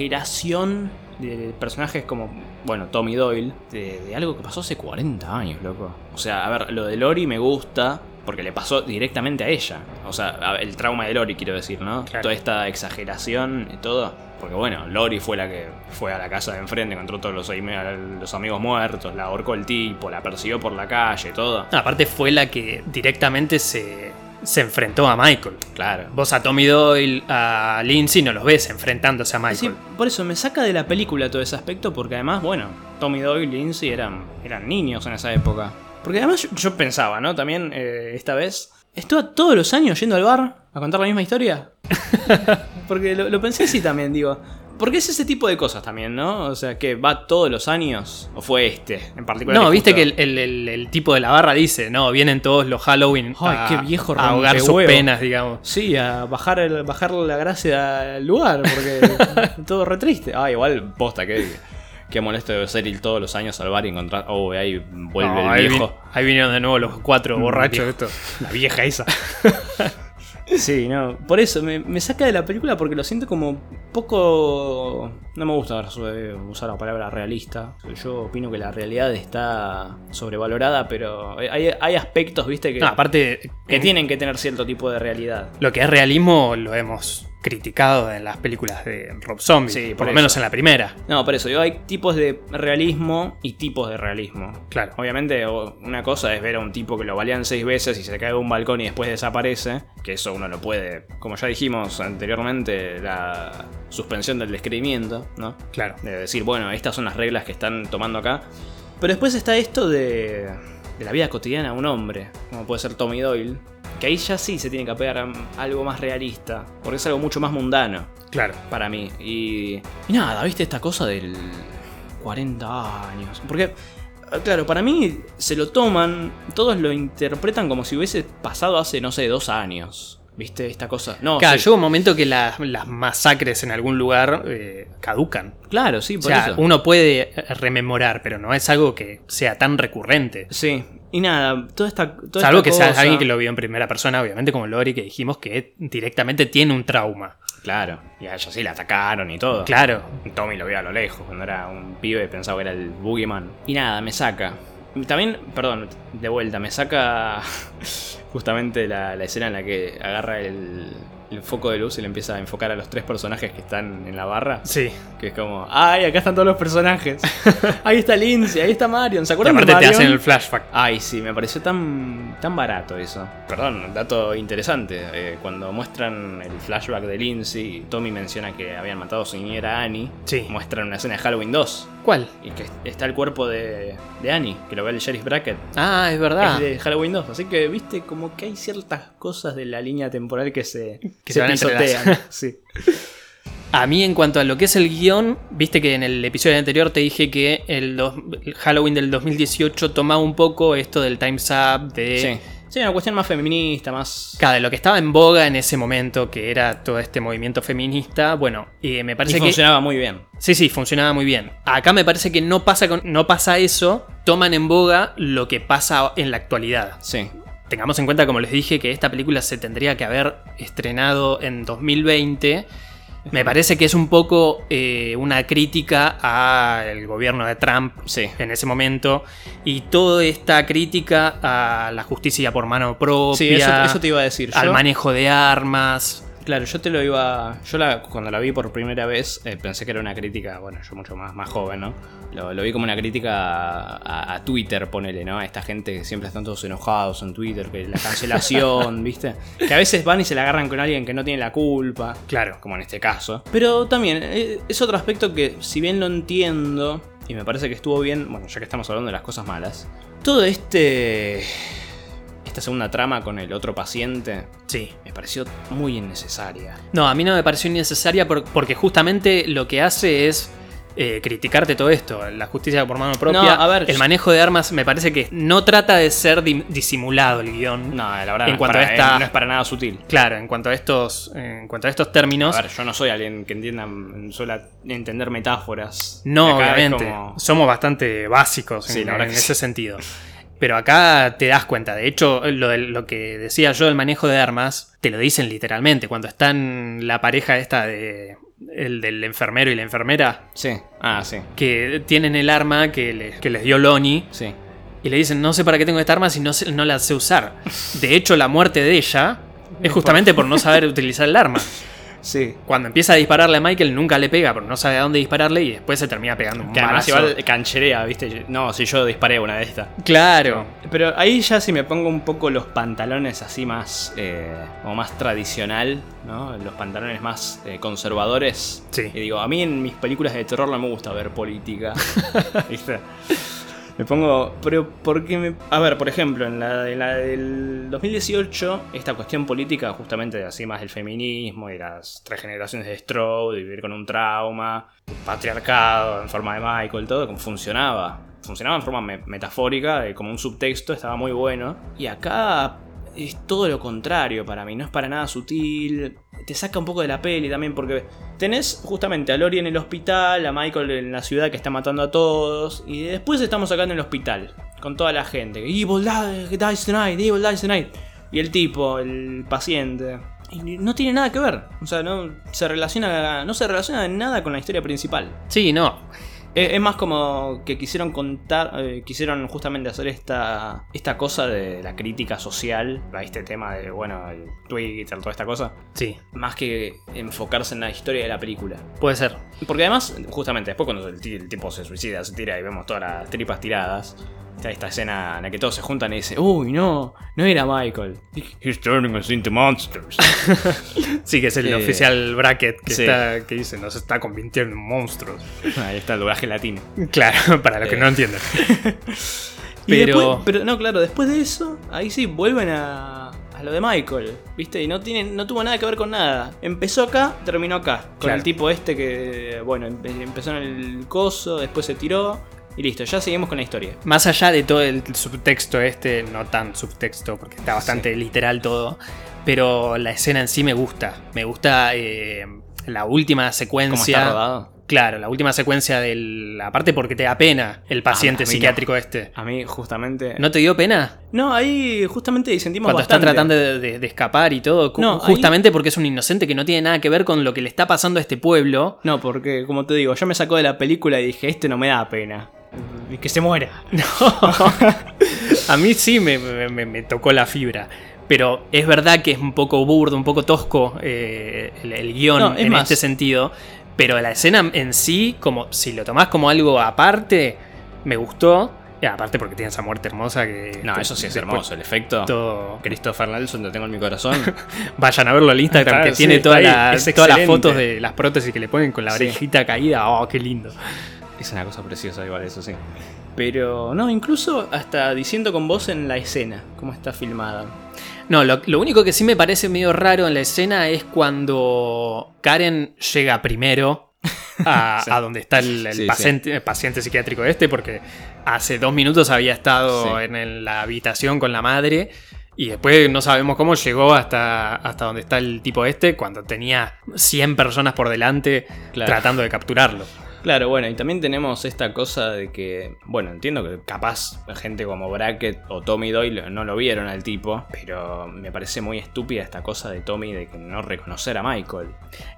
[SPEAKER 2] exageración de personajes como, bueno, Tommy Doyle, de, de algo que pasó hace 40 años, loco. O sea, a ver, lo de Lori me gusta porque le pasó directamente a ella. O sea, a- el trauma de Lori, quiero decir, ¿no?
[SPEAKER 1] Claro.
[SPEAKER 2] Toda esta exageración y todo. Porque bueno, Lori fue la que fue a la casa de enfrente, encontró todos los, aim- los amigos muertos, la ahorcó el tipo, la persiguió por la calle, todo.
[SPEAKER 1] No, aparte fue la que directamente se, se enfrentó a Michael.
[SPEAKER 2] Claro.
[SPEAKER 1] Vos a Tommy Doyle, a Lindsay, no los ves enfrentándose a Michael.
[SPEAKER 2] Sí, por eso me saca de la película todo ese aspecto, porque además, bueno, Tommy Doyle y Lindsay eran, eran niños en esa época. Porque además yo, yo pensaba, ¿no? También eh, esta vez, estuve todos los años yendo al bar a contar la misma historia. porque lo, lo pensé así también, digo. Porque es ese tipo de cosas también, ¿no? O sea, que va todos los años, o fue este en particular.
[SPEAKER 1] No, viste que
[SPEAKER 2] justo-
[SPEAKER 1] el, el- el- el tipo de la barra dice, no, vienen todos los Halloween
[SPEAKER 2] Ay,
[SPEAKER 1] a,
[SPEAKER 2] qué viejo
[SPEAKER 1] a ahogar sus
[SPEAKER 2] rompehuevo.
[SPEAKER 1] penas, digamos.
[SPEAKER 2] Sí, a bajar, el, bajar la gracia al lugar, porque todo re triste. Ah, igual, posta, qué, qué molesto debe ser ir todos los años al bar y encontrar. Oh, ahí vuelve
[SPEAKER 1] No,
[SPEAKER 2] el
[SPEAKER 1] ahí,
[SPEAKER 2] viejo.
[SPEAKER 1] vin- ahí vinieron de nuevo los cuatro borrachos. estos.
[SPEAKER 2] Mm, La vieja esa. sí, no. Por eso, me, me saca de la película porque lo siento como poco. No me gusta eh, usar la palabra realista. Yo opino que la realidad está sobrevalorada, pero hay, hay aspectos, viste, que,
[SPEAKER 1] No, aparte,
[SPEAKER 2] que
[SPEAKER 1] en-
[SPEAKER 2] tienen que tener cierto tipo de realidad.
[SPEAKER 1] lo que es realismo lo hemos criticado en las películas de Rob Zombie,
[SPEAKER 2] Sí, por
[SPEAKER 1] por lo
[SPEAKER 2] eso.
[SPEAKER 1] menos en la primera.
[SPEAKER 2] No, por eso, digo, hay tipos de realismo y tipos de realismo.
[SPEAKER 1] Claro.
[SPEAKER 2] Obviamente, o- una cosa es ver a un tipo que lo balean seis veces y se le cae de un balcón y después desaparece, que eso uno lo puede, como ya dijimos anteriormente, la suspensión del descreimiento, ¿no?
[SPEAKER 1] Claro.
[SPEAKER 2] De decir, bueno, estas son las reglas que están tomando acá. Pero después está esto de, de la vida cotidiana de un hombre, como puede ser Tommy Doyle, que ahí ya sí se tiene que apegar a algo más realista, porque es algo mucho más mundano
[SPEAKER 1] Claro.
[SPEAKER 2] para mí. Y, y nada, viste esta cosa del 40 años. Porque, eh, claro, para mí se lo toman, todos lo interpretan como si hubiese pasado hace, no sé, dos años. ¿Viste esta cosa? No,
[SPEAKER 1] Claro,
[SPEAKER 2] sí.
[SPEAKER 1] llega un momento que las, las masacres en algún lugar eh, caducan.
[SPEAKER 2] Claro, sí,
[SPEAKER 1] O
[SPEAKER 2] por
[SPEAKER 1] sea,
[SPEAKER 2] eso.
[SPEAKER 1] uno puede eh, rememorar, pero no es algo que sea tan recurrente.
[SPEAKER 2] Sí. Y nada, toda esta. Toda
[SPEAKER 1] Salvo
[SPEAKER 2] esta
[SPEAKER 1] que sea
[SPEAKER 2] cosa-
[SPEAKER 1] alguien que lo vio en primera persona, obviamente, como Lori, que dijimos que directamente tiene un trauma.
[SPEAKER 2] Claro. Y a ella sí la atacaron y todo.
[SPEAKER 1] Claro.
[SPEAKER 2] Tommy lo vio a lo lejos cuando era un pibe pensaba que era el Boogeyman. Y nada, me saca. También, perdón, de vuelta, me saca justamente la, la escena en la que agarra el, el foco de luz y le empieza a enfocar a los tres personajes que están en la barra.
[SPEAKER 1] Sí.
[SPEAKER 2] Que es como, ¡ay, acá están todos los personajes! ahí está Lindsay, ahí está Marion, ¿se
[SPEAKER 1] Y
[SPEAKER 2] acuerdan de
[SPEAKER 1] aparte te
[SPEAKER 2] Marion?
[SPEAKER 1] hacen el flashback.
[SPEAKER 2] Ay, sí, me pareció tan, tan barato eso. Perdón, dato interesante. eh, cuando muestran el flashback de Lindsay, Tommy menciona que habían matado a su niñera Annie.
[SPEAKER 1] Sí.
[SPEAKER 2] Muestran una escena de Halloween 2.
[SPEAKER 1] ¿Cuál?
[SPEAKER 2] Y que está el cuerpo de, de Annie, que lo ve el Sheriff Brackett.
[SPEAKER 1] Ah, es
[SPEAKER 2] Es
[SPEAKER 1] verdad.
[SPEAKER 2] de Halloween 2. Así que, viste, como que hay ciertas cosas de la línea temporal que se,
[SPEAKER 1] Que se van
[SPEAKER 2] pisotean.
[SPEAKER 1] entrelazando.
[SPEAKER 2] sí.
[SPEAKER 1] A mí, en cuanto a lo que es el guión, viste que en el episodio anterior te dije que el, dos- el Halloween del 2018 tomaba un poco esto del Time's Up, de
[SPEAKER 2] Sí. Sí, una cuestión más feminista, más.
[SPEAKER 1] Claro, de lo que estaba en boga en ese momento, que era todo este movimiento feminista, bueno, eh, me
[SPEAKER 2] Y
[SPEAKER 1] parece que
[SPEAKER 2] funcionaba muy bien.
[SPEAKER 1] Sí, sí, funcionaba muy bien. Acá me parece que no pasa, con- no pasa eso, toman en boga lo que pasa en la actualidad.
[SPEAKER 2] Sí.
[SPEAKER 1] Tengamos en cuenta, como les dije, que esta película se tendría que haber estrenado en 2020. Me parece que es un poco eh, una crítica al gobierno de Trump
[SPEAKER 2] Sí.
[SPEAKER 1] en ese momento y toda esta crítica a la justicia por mano propia,
[SPEAKER 2] Sí, eso, eso te iba a decir.
[SPEAKER 1] al
[SPEAKER 2] yo.
[SPEAKER 1] manejo de armas.
[SPEAKER 2] Claro, yo te lo iba. Yo la, cuando la vi por primera vez eh, pensé que era una crítica, bueno, yo mucho más, más joven, ¿no? Lo, lo vi como una crítica a, a- a Twitter, ponele, ¿no? A esta gente que siempre están todos enojados en Twitter, que la cancelación, ¿viste? Que a veces van y se la agarran con alguien que no tiene la culpa. Claro. Como en este caso. Pero también eh, es otro aspecto que, si bien lo entiendo, y me parece que estuvo bien, bueno, ya que estamos hablando de las cosas malas, todo este. Esta segunda trama con el otro paciente
[SPEAKER 1] Sí.
[SPEAKER 2] me pareció muy innecesaria.
[SPEAKER 1] No, a mí no me pareció innecesaria por- porque justamente lo que hace es eh, criticarte todo esto. La justicia por mano propia,
[SPEAKER 2] No, a ver,
[SPEAKER 1] el
[SPEAKER 2] yo-
[SPEAKER 1] manejo de armas, me parece que no trata de ser dim- disimulado el guión.
[SPEAKER 2] No, la verdad
[SPEAKER 1] En
[SPEAKER 2] no, es
[SPEAKER 1] cuanto
[SPEAKER 2] para,
[SPEAKER 1] a esta-
[SPEAKER 2] eh, no es para nada sutil.
[SPEAKER 1] Claro, en cuanto a estos, en cuanto a estos términos,
[SPEAKER 2] A ver, yo no soy alguien que entienda, suele entender metáforas.
[SPEAKER 1] no,
[SPEAKER 2] Acá es
[SPEAKER 1] obviamente.
[SPEAKER 2] como-
[SPEAKER 1] Somos bastante básicos
[SPEAKER 2] Sí,
[SPEAKER 1] en,
[SPEAKER 2] la verdad
[SPEAKER 1] en
[SPEAKER 2] que
[SPEAKER 1] ese sentido. Pero acá te das cuenta. De hecho, lo, del- lo que decía yo del manejo de armas, te lo dicen literalmente. Cuando están la pareja esta de. El del enfermero y la enfermera.
[SPEAKER 2] Sí, ah, sí,
[SPEAKER 1] que tienen el arma que, le- que les dio Lonnie
[SPEAKER 2] sí.
[SPEAKER 1] y le dicen, no sé para qué tengo esta arma si no, sé- no la sé usar. De hecho, la muerte de ella es justamente por no saber utilizar el arma.
[SPEAKER 2] Sí.
[SPEAKER 1] Cuando empieza a dispararle a Michael, nunca le pega, pero no sabe a dónde dispararle y después se termina pegando un
[SPEAKER 2] Que además
[SPEAKER 1] balazo.
[SPEAKER 2] igual cancherea, ¿viste? No, si yo disparé una de estas.
[SPEAKER 1] Claro.
[SPEAKER 2] Pero ahí ya si me pongo un poco los pantalones así más, eh, como más tradicional, ¿no? Los pantalones más eh, conservadores.
[SPEAKER 1] Sí.
[SPEAKER 2] Y digo, a mí en mis películas de terror no me gusta ver política. ¿Viste? Me pongo, pero porque me... A ver, por ejemplo, en la, de la del 2018, esta cuestión política, justamente así más del feminismo y las tres generaciones de Strode, vivir con un trauma, patriarcado en forma de Michael, todo, como funcionaba. Funcionaba en forma me- metafórica, de como un subtexto, estaba muy bueno. Y acá es todo lo contrario para mí, no es para nada sutil. Te saca un poco de la peli también, porque tenés justamente a Lori en el hospital, a Michael en la ciudad que está matando a todos, y después estamos acá en el hospital, con toda la gente. Evil die- dies tonight, evil dies tonight. Y el tipo, el paciente. y no tiene nada que ver. O sea, no se relaciona, no se relaciona en nada con la historia principal.
[SPEAKER 1] Sí, no.
[SPEAKER 2] Eh, Es, es más como que quisieron contar, eh, quisieron justamente hacer esta, esta cosa de la crítica social, a este tema de, bueno, el Twitter, toda esta cosa,
[SPEAKER 1] Sí,
[SPEAKER 2] más que enfocarse en la historia de la película.
[SPEAKER 1] puede ser.
[SPEAKER 2] Porque además, justamente después cuando el, ti- el tipo se suicida, se tira y vemos todas las tripas tiradas, está esta escena en la que todos se juntan y dicen, uy, no, no era Michael. He's turning us into monsters.
[SPEAKER 1] Sí, que es el
[SPEAKER 2] Eh,
[SPEAKER 1] oficial bracket que,
[SPEAKER 2] sí.
[SPEAKER 1] está, que dice, nos está convirtiendo en monstruos.
[SPEAKER 2] Ahí está el doblaje latino.
[SPEAKER 1] Claro, para los que
[SPEAKER 2] Eh.
[SPEAKER 1] no entienden.
[SPEAKER 2] Y
[SPEAKER 1] Pero-
[SPEAKER 2] después- pero no, claro, después de eso, ahí sí vuelven a, a lo de Michael, ¿viste? Y no, tiene, no tuvo nada que ver con nada. Empezó acá, terminó acá. Con
[SPEAKER 1] Claro.
[SPEAKER 2] el tipo este que, bueno, empe- empezó en el coso, después se tiró y listo, ya seguimos con la historia.
[SPEAKER 1] Más allá de todo el subtexto este, no tan subtexto, porque está bastante literal todo, pero la escena en sí me gusta. Me gusta eh, la última secuencia.
[SPEAKER 2] ¿Cómo está rodado?
[SPEAKER 1] Claro, la última secuencia del. Aparte porque te da pena el paciente
[SPEAKER 2] Ah, a mí no.
[SPEAKER 1] psiquiátrico este.
[SPEAKER 2] A mí, justamente. No,
[SPEAKER 1] ¿No te dio pena?
[SPEAKER 2] ahí justamente disentimos
[SPEAKER 1] Cuando
[SPEAKER 2] bastante.
[SPEAKER 1] está tratando de, de- de escapar y todo. cu-
[SPEAKER 2] No, ahí-
[SPEAKER 1] justamente porque es un inocente que no tiene nada que ver con lo que le está pasando a este pueblo.
[SPEAKER 2] No, porque, como te digo, yo me sacó de la película y dije, este no me da pena. Y que se muera.
[SPEAKER 1] A mí sí me, me- me- me tocó la fibra. Pero es verdad que es un poco burdo, un poco tosco eh, el, el guión
[SPEAKER 2] No, es
[SPEAKER 1] en
[SPEAKER 2] más.
[SPEAKER 1] este sentido. Pero la escena en sí, como si lo tomás como algo aparte, me gustó. Y aparte porque tiene esa muerte hermosa que.
[SPEAKER 2] No,
[SPEAKER 1] que
[SPEAKER 2] eso sí es
[SPEAKER 1] después
[SPEAKER 2] hermoso, el efecto.
[SPEAKER 1] todo-
[SPEAKER 2] Christopher Nelson, lo tengo en mi corazón.
[SPEAKER 1] Vayan a verlo al Instagram,
[SPEAKER 2] Claro,
[SPEAKER 1] que
[SPEAKER 2] sí,
[SPEAKER 1] tiene
[SPEAKER 2] está
[SPEAKER 1] toda
[SPEAKER 2] ahí,
[SPEAKER 1] la-
[SPEAKER 2] es
[SPEAKER 1] todas las
[SPEAKER 2] excelente.
[SPEAKER 1] fotos de las prótesis que le ponen con la
[SPEAKER 2] Sí.
[SPEAKER 1] orejita caída. Oh, qué lindo.
[SPEAKER 2] Es una cosa preciosa igual, eso sí. Pero no, incluso hasta diciendo con vos en la escena, cómo está filmada.
[SPEAKER 1] No, lo, lo único que sí me parece medio raro en la escena es cuando Karen llega primero a,
[SPEAKER 2] Sí.
[SPEAKER 1] a donde está el, el
[SPEAKER 2] Sí, sí.
[SPEAKER 1] paciente, el paciente psiquiátrico este, porque hace dos minutos había estado
[SPEAKER 2] Sí.
[SPEAKER 1] en el- la habitación con la madre Y después no sabemos cómo llegó hasta, hasta donde está el tipo este cuando tenía 100 personas por delante
[SPEAKER 2] Claro.
[SPEAKER 1] tratando de capturarlo.
[SPEAKER 2] Claro, bueno, y también tenemos esta cosa de que, bueno, entiendo que capaz gente como Brackett o Tommy Doyle no lo vieron al tipo, pero me parece muy estúpida esta cosa de Tommy de que no reconocer a Michael.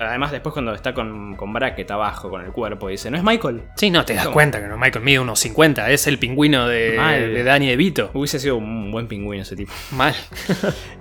[SPEAKER 2] Además, después cuando está con, con Brackett abajo, con el cuerpo, dice, ¿no es Michael?
[SPEAKER 1] Sí, no, te das cuenta que no, Michael mide unos 50, es el pingüino de,
[SPEAKER 2] Mal.
[SPEAKER 1] de Danny DeVito.
[SPEAKER 2] Hubiese sido un buen pingüino ese tipo.
[SPEAKER 1] Mal.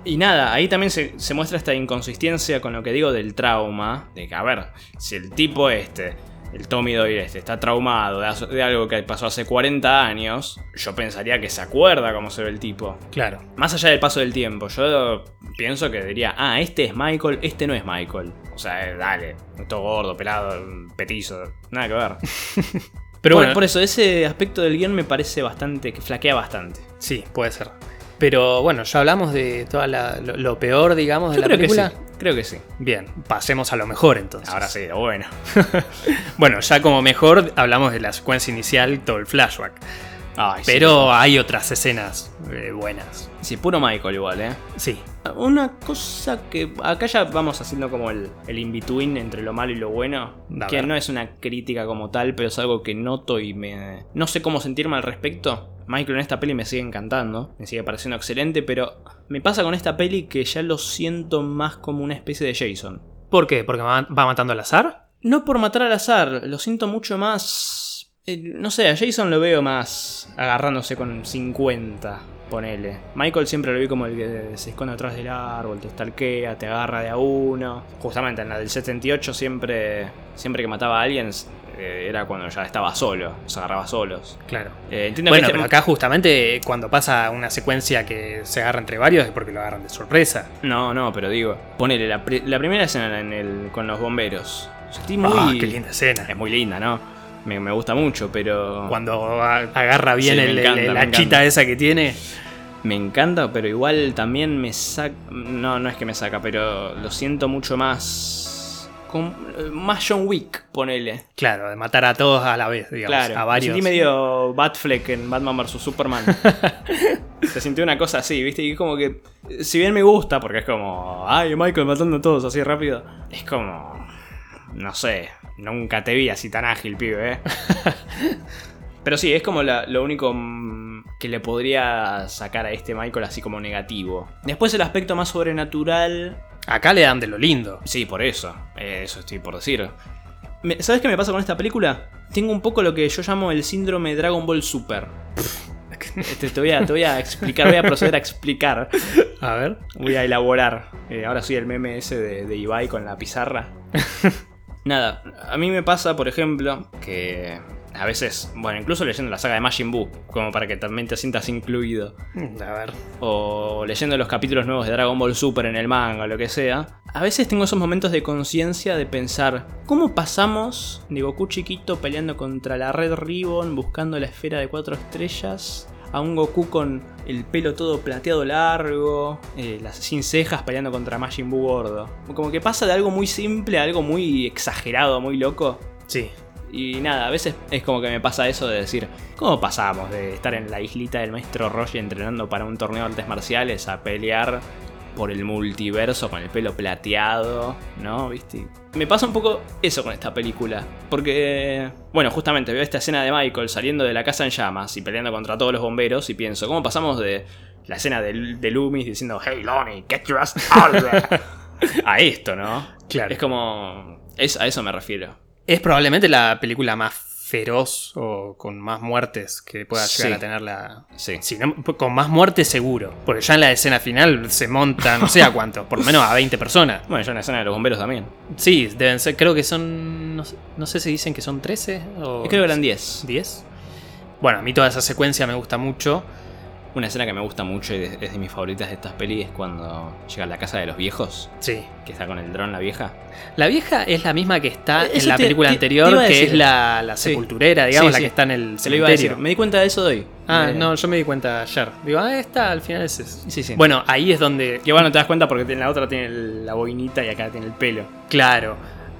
[SPEAKER 2] Y nada, ahí también se, se muestra esta inconsistencia con lo que digo del trauma. De que, a ver, si el tipo este, el Tommy Doyle este, está traumado de, as- de algo que pasó hace 40 años, yo pensaría que se acuerda cómo se ve el tipo.
[SPEAKER 1] Claro.
[SPEAKER 2] Más allá del paso del tiempo, yo pienso que diría, ah, este es Michael, este no es Michael. O sea, eh, dale, todo gordo, pelado, petizo, nada que ver.
[SPEAKER 1] Pero
[SPEAKER 2] por,
[SPEAKER 1] bueno,
[SPEAKER 2] por eso, ese aspecto del guión me parece bastante, que flaquea bastante.
[SPEAKER 1] sí, puede ser. Pero bueno, ya hablamos de toda la- lo, lo peor, digamos, de
[SPEAKER 2] Yo
[SPEAKER 1] la
[SPEAKER 2] creo
[SPEAKER 1] película.
[SPEAKER 2] que sí, creo que sí.
[SPEAKER 1] Bien, pasemos a lo mejor entonces.
[SPEAKER 2] Ahora sí, lo bueno.
[SPEAKER 1] Bueno, ya como mejor hablamos de la secuencia inicial, todo el flashback.
[SPEAKER 2] Ay, sí.
[SPEAKER 1] Pero hay otras escenas eh, buenas.
[SPEAKER 2] Sí, puro Michael igual, ¿eh?
[SPEAKER 1] Sí,
[SPEAKER 2] Una cosa que acá ya vamos haciendo como el, el in-between entre lo malo y lo bueno,
[SPEAKER 1] A
[SPEAKER 2] que
[SPEAKER 1] ver.
[SPEAKER 2] no es una crítica como tal, pero es algo que noto y me... No sé cómo sentirme al respecto. Michael en esta peli me sigue encantando, me sigue pareciendo excelente, pero me pasa con esta peli que ya lo siento más como una especie de Jason.
[SPEAKER 1] ¿Por qué? ¿Porque va va matando al azar?
[SPEAKER 2] No por matar al azar, lo siento mucho más... eh, no sé, a Jason lo veo más agarrándose con 50, ponele. Michael siempre lo vi como el que se esconde atrás del árbol, te stalkea, te agarra de a uno. Justamente en la del 78 siempre, siempre que mataba a alguien eh, era cuando ya estaba solo, se agarraba solos.
[SPEAKER 1] Claro.
[SPEAKER 2] Eh, entiendo
[SPEAKER 1] Bueno,
[SPEAKER 2] que
[SPEAKER 1] pero
[SPEAKER 2] este-
[SPEAKER 1] acá justamente cuando pasa una secuencia que se agarra entre varios es porque lo agarran de sorpresa.
[SPEAKER 2] No, no, pero digo, ponele la, pri- la primera escena en el, con los bomberos. Sentí muy...
[SPEAKER 1] Ah, qué linda escena.
[SPEAKER 2] Es muy linda, ¿no? Me, me gusta mucho, pero...
[SPEAKER 1] Cuando a- agarra bien
[SPEAKER 2] Sí,
[SPEAKER 1] el-
[SPEAKER 2] me
[SPEAKER 1] el-
[SPEAKER 2] encanta, me
[SPEAKER 1] la
[SPEAKER 2] encanta.
[SPEAKER 1] chita esa que tiene.
[SPEAKER 2] Me encanta, pero igual también me saca. No, no es que me saca, pero lo siento mucho más. con- más John Wick, ponele.
[SPEAKER 1] Claro, de matar a todos a la vez, digamos.
[SPEAKER 2] Claro,
[SPEAKER 1] a varios.
[SPEAKER 2] me sentí medio Batfleck en Batman vs Superman. Se sintió una cosa así, ¿viste? Y como que. Si bien me gusta, porque es como. Ay, Michael matando a todos así rápido. Es como. No sé, nunca te vi así tan ágil, pibe, ¿eh? Pero sí, es como la- lo único mm, que le podría sacar a este Michael así como negativo. Después el aspecto más sobrenatural.
[SPEAKER 1] Acá le dan de lo lindo.
[SPEAKER 2] Sí, por eso. Eh, Eso estoy por decir. Me- ¿Sabes qué me pasa con esta película? Tengo un poco lo que yo llamo el síndrome Dragon Ball Super. Este, te, voy a, te voy a explicar, voy a proceder a explicar.
[SPEAKER 1] A ver.
[SPEAKER 2] Voy a elaborar. Eh, ahora soy el meme ese de, de Ibai con la pizarra. Nada, a mí me pasa, por ejemplo, que a veces, bueno, incluso leyendo la saga de Majin Buu, como para que también te sientas incluido,
[SPEAKER 1] A ver.
[SPEAKER 2] o leyendo los capítulos nuevos de Dragon Ball Super en el manga o lo que sea, a veces tengo esos momentos de conciencia de pensar, ¿cómo pasamos de Goku chiquito peleando contra la Red Ribbon, buscando la esfera de cuatro estrellas? A un Goku con el pelo todo plateado largo, eh, las sin cejas peleando contra Majin Buu gordo. Como que pasa de algo muy simple a algo muy exagerado, muy loco.
[SPEAKER 1] Sí.
[SPEAKER 2] Y nada, a veces es como que me pasa eso de decir, ¿cómo pasamos de estar en la islita del maestro Roger entrenando para un torneo de artes marciales a pelear por el multiverso con el pelo plateado, ¿no? ¿Viste? Me pasa un poco eso con esta película, porque, bueno, justamente veo esta escena de Michael saliendo de la casa en llamas y peleando contra todos los bomberos y pienso, ¿cómo pasamos de la escena de, de Loomis diciendo, hey Lonnie, get your ass out of there", a esto, ¿no?
[SPEAKER 1] Claro.
[SPEAKER 2] Es como... Es, a eso me refiero.
[SPEAKER 1] Es probablemente la película más feroz o con más muertes que pueda llegar
[SPEAKER 2] Sí.
[SPEAKER 1] a tener la.
[SPEAKER 2] Sí.
[SPEAKER 1] Si no- pues, con más muertes seguro. Porque ya en la escena final se monta no sé a cuánto, por lo menos a 20 personas.
[SPEAKER 2] Bueno, ya en la escena de los bomberos también.
[SPEAKER 1] Sí, deben ser, creo que son. No sé, no sé si dicen que son 13 o.
[SPEAKER 2] Creo que eran 10.
[SPEAKER 1] 10. Bueno, a mí toda esa secuencia me gusta mucho.
[SPEAKER 2] Una escena que me gusta mucho y de- es de mis favoritas de estas pelis es cuando llega a la casa de los viejos,
[SPEAKER 1] Sí.
[SPEAKER 2] que está con el dron la vieja.
[SPEAKER 1] La vieja es la misma que está
[SPEAKER 2] Eso
[SPEAKER 1] en la
[SPEAKER 2] te-
[SPEAKER 1] película
[SPEAKER 2] te- te
[SPEAKER 1] anterior,
[SPEAKER 2] iba a
[SPEAKER 1] que
[SPEAKER 2] decir.
[SPEAKER 1] es la, la
[SPEAKER 2] Sí.
[SPEAKER 1] sepulturera, digamos,
[SPEAKER 2] Sí,
[SPEAKER 1] la
[SPEAKER 2] sí.
[SPEAKER 1] que está en el
[SPEAKER 2] Se lo iba a decir.
[SPEAKER 1] cementerio.
[SPEAKER 2] Me di cuenta de eso de hoy.
[SPEAKER 1] Ah,
[SPEAKER 2] Eh,
[SPEAKER 1] no, yo me di cuenta ayer. Digo, ah, esta al final es eso.
[SPEAKER 2] Sí, sí. Bueno.
[SPEAKER 1] Bueno, ahí es donde
[SPEAKER 2] Que bueno, te das cuenta porque en la otra tiene el- la boinita y acá tiene el pelo.
[SPEAKER 1] Claro.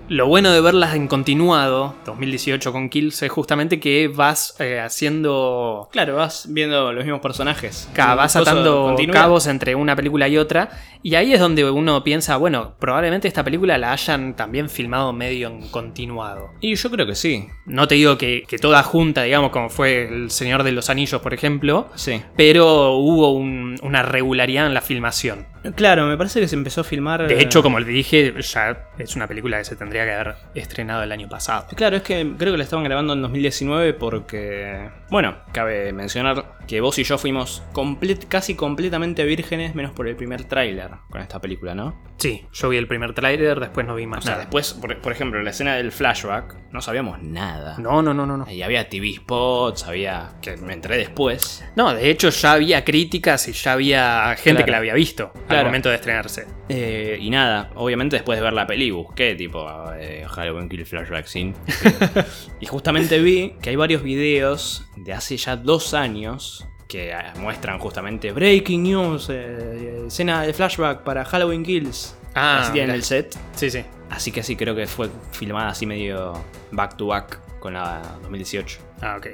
[SPEAKER 1] Lo bueno de verlas en continuado, 2018 con Kills, es justamente que vas eh, haciendo
[SPEAKER 2] Claro, vas viendo los mismos personajes.
[SPEAKER 1] Ca- vas
[SPEAKER 2] Cosa
[SPEAKER 1] atando
[SPEAKER 2] continua.
[SPEAKER 1] cabos entre una película y otra. Y ahí es donde uno piensa, bueno, probablemente esta película la hayan también filmado medio en continuado.
[SPEAKER 2] Y yo creo que sí.
[SPEAKER 1] No te digo que, que toda junta, digamos, como fue El Señor de los Anillos, por ejemplo,
[SPEAKER 2] Sí.
[SPEAKER 1] pero hubo un- una regularidad en la filmación.
[SPEAKER 2] Claro, me parece que se empezó a filmar.
[SPEAKER 1] De hecho, como le dije, ya es una película que se tendría que haber estrenado el año pasado.
[SPEAKER 2] eh, Claro, es que creo que la estaban grabando en 2019 porque. Bueno, cabe mencionar que vos y yo fuimos complet- casi completamente vírgenes, menos por el primer tráiler con esta película, ¿no?
[SPEAKER 1] Sí, yo vi el primer tráiler, después no vi más
[SPEAKER 2] O sea,
[SPEAKER 1] nada.
[SPEAKER 2] después, por, por ejemplo, en la escena del flashback, no sabíamos nada.
[SPEAKER 1] No, no, no, no, no.
[SPEAKER 2] Y había TV spots, había. que me entré después.
[SPEAKER 1] No, de hecho ya había críticas y ya había gente
[SPEAKER 2] Claro.
[SPEAKER 1] que la había visto al
[SPEAKER 2] Claro.
[SPEAKER 1] momento de estrenarse.
[SPEAKER 2] Eh, y nada, obviamente después de ver la peli busqué tipo eh, Halloween Kill Flashback Scene. y justamente vi que hay varios videos de hace ya dos años que eh, muestran justamente breaking news, eh, escena de flashback para Halloween Kills.
[SPEAKER 1] Ah,
[SPEAKER 2] así en
[SPEAKER 1] mirá.
[SPEAKER 2] el set.
[SPEAKER 1] Sí, sí.
[SPEAKER 2] Así que sí, creo que fue filmada así medio back to back con la 2018.
[SPEAKER 1] Ah, ok.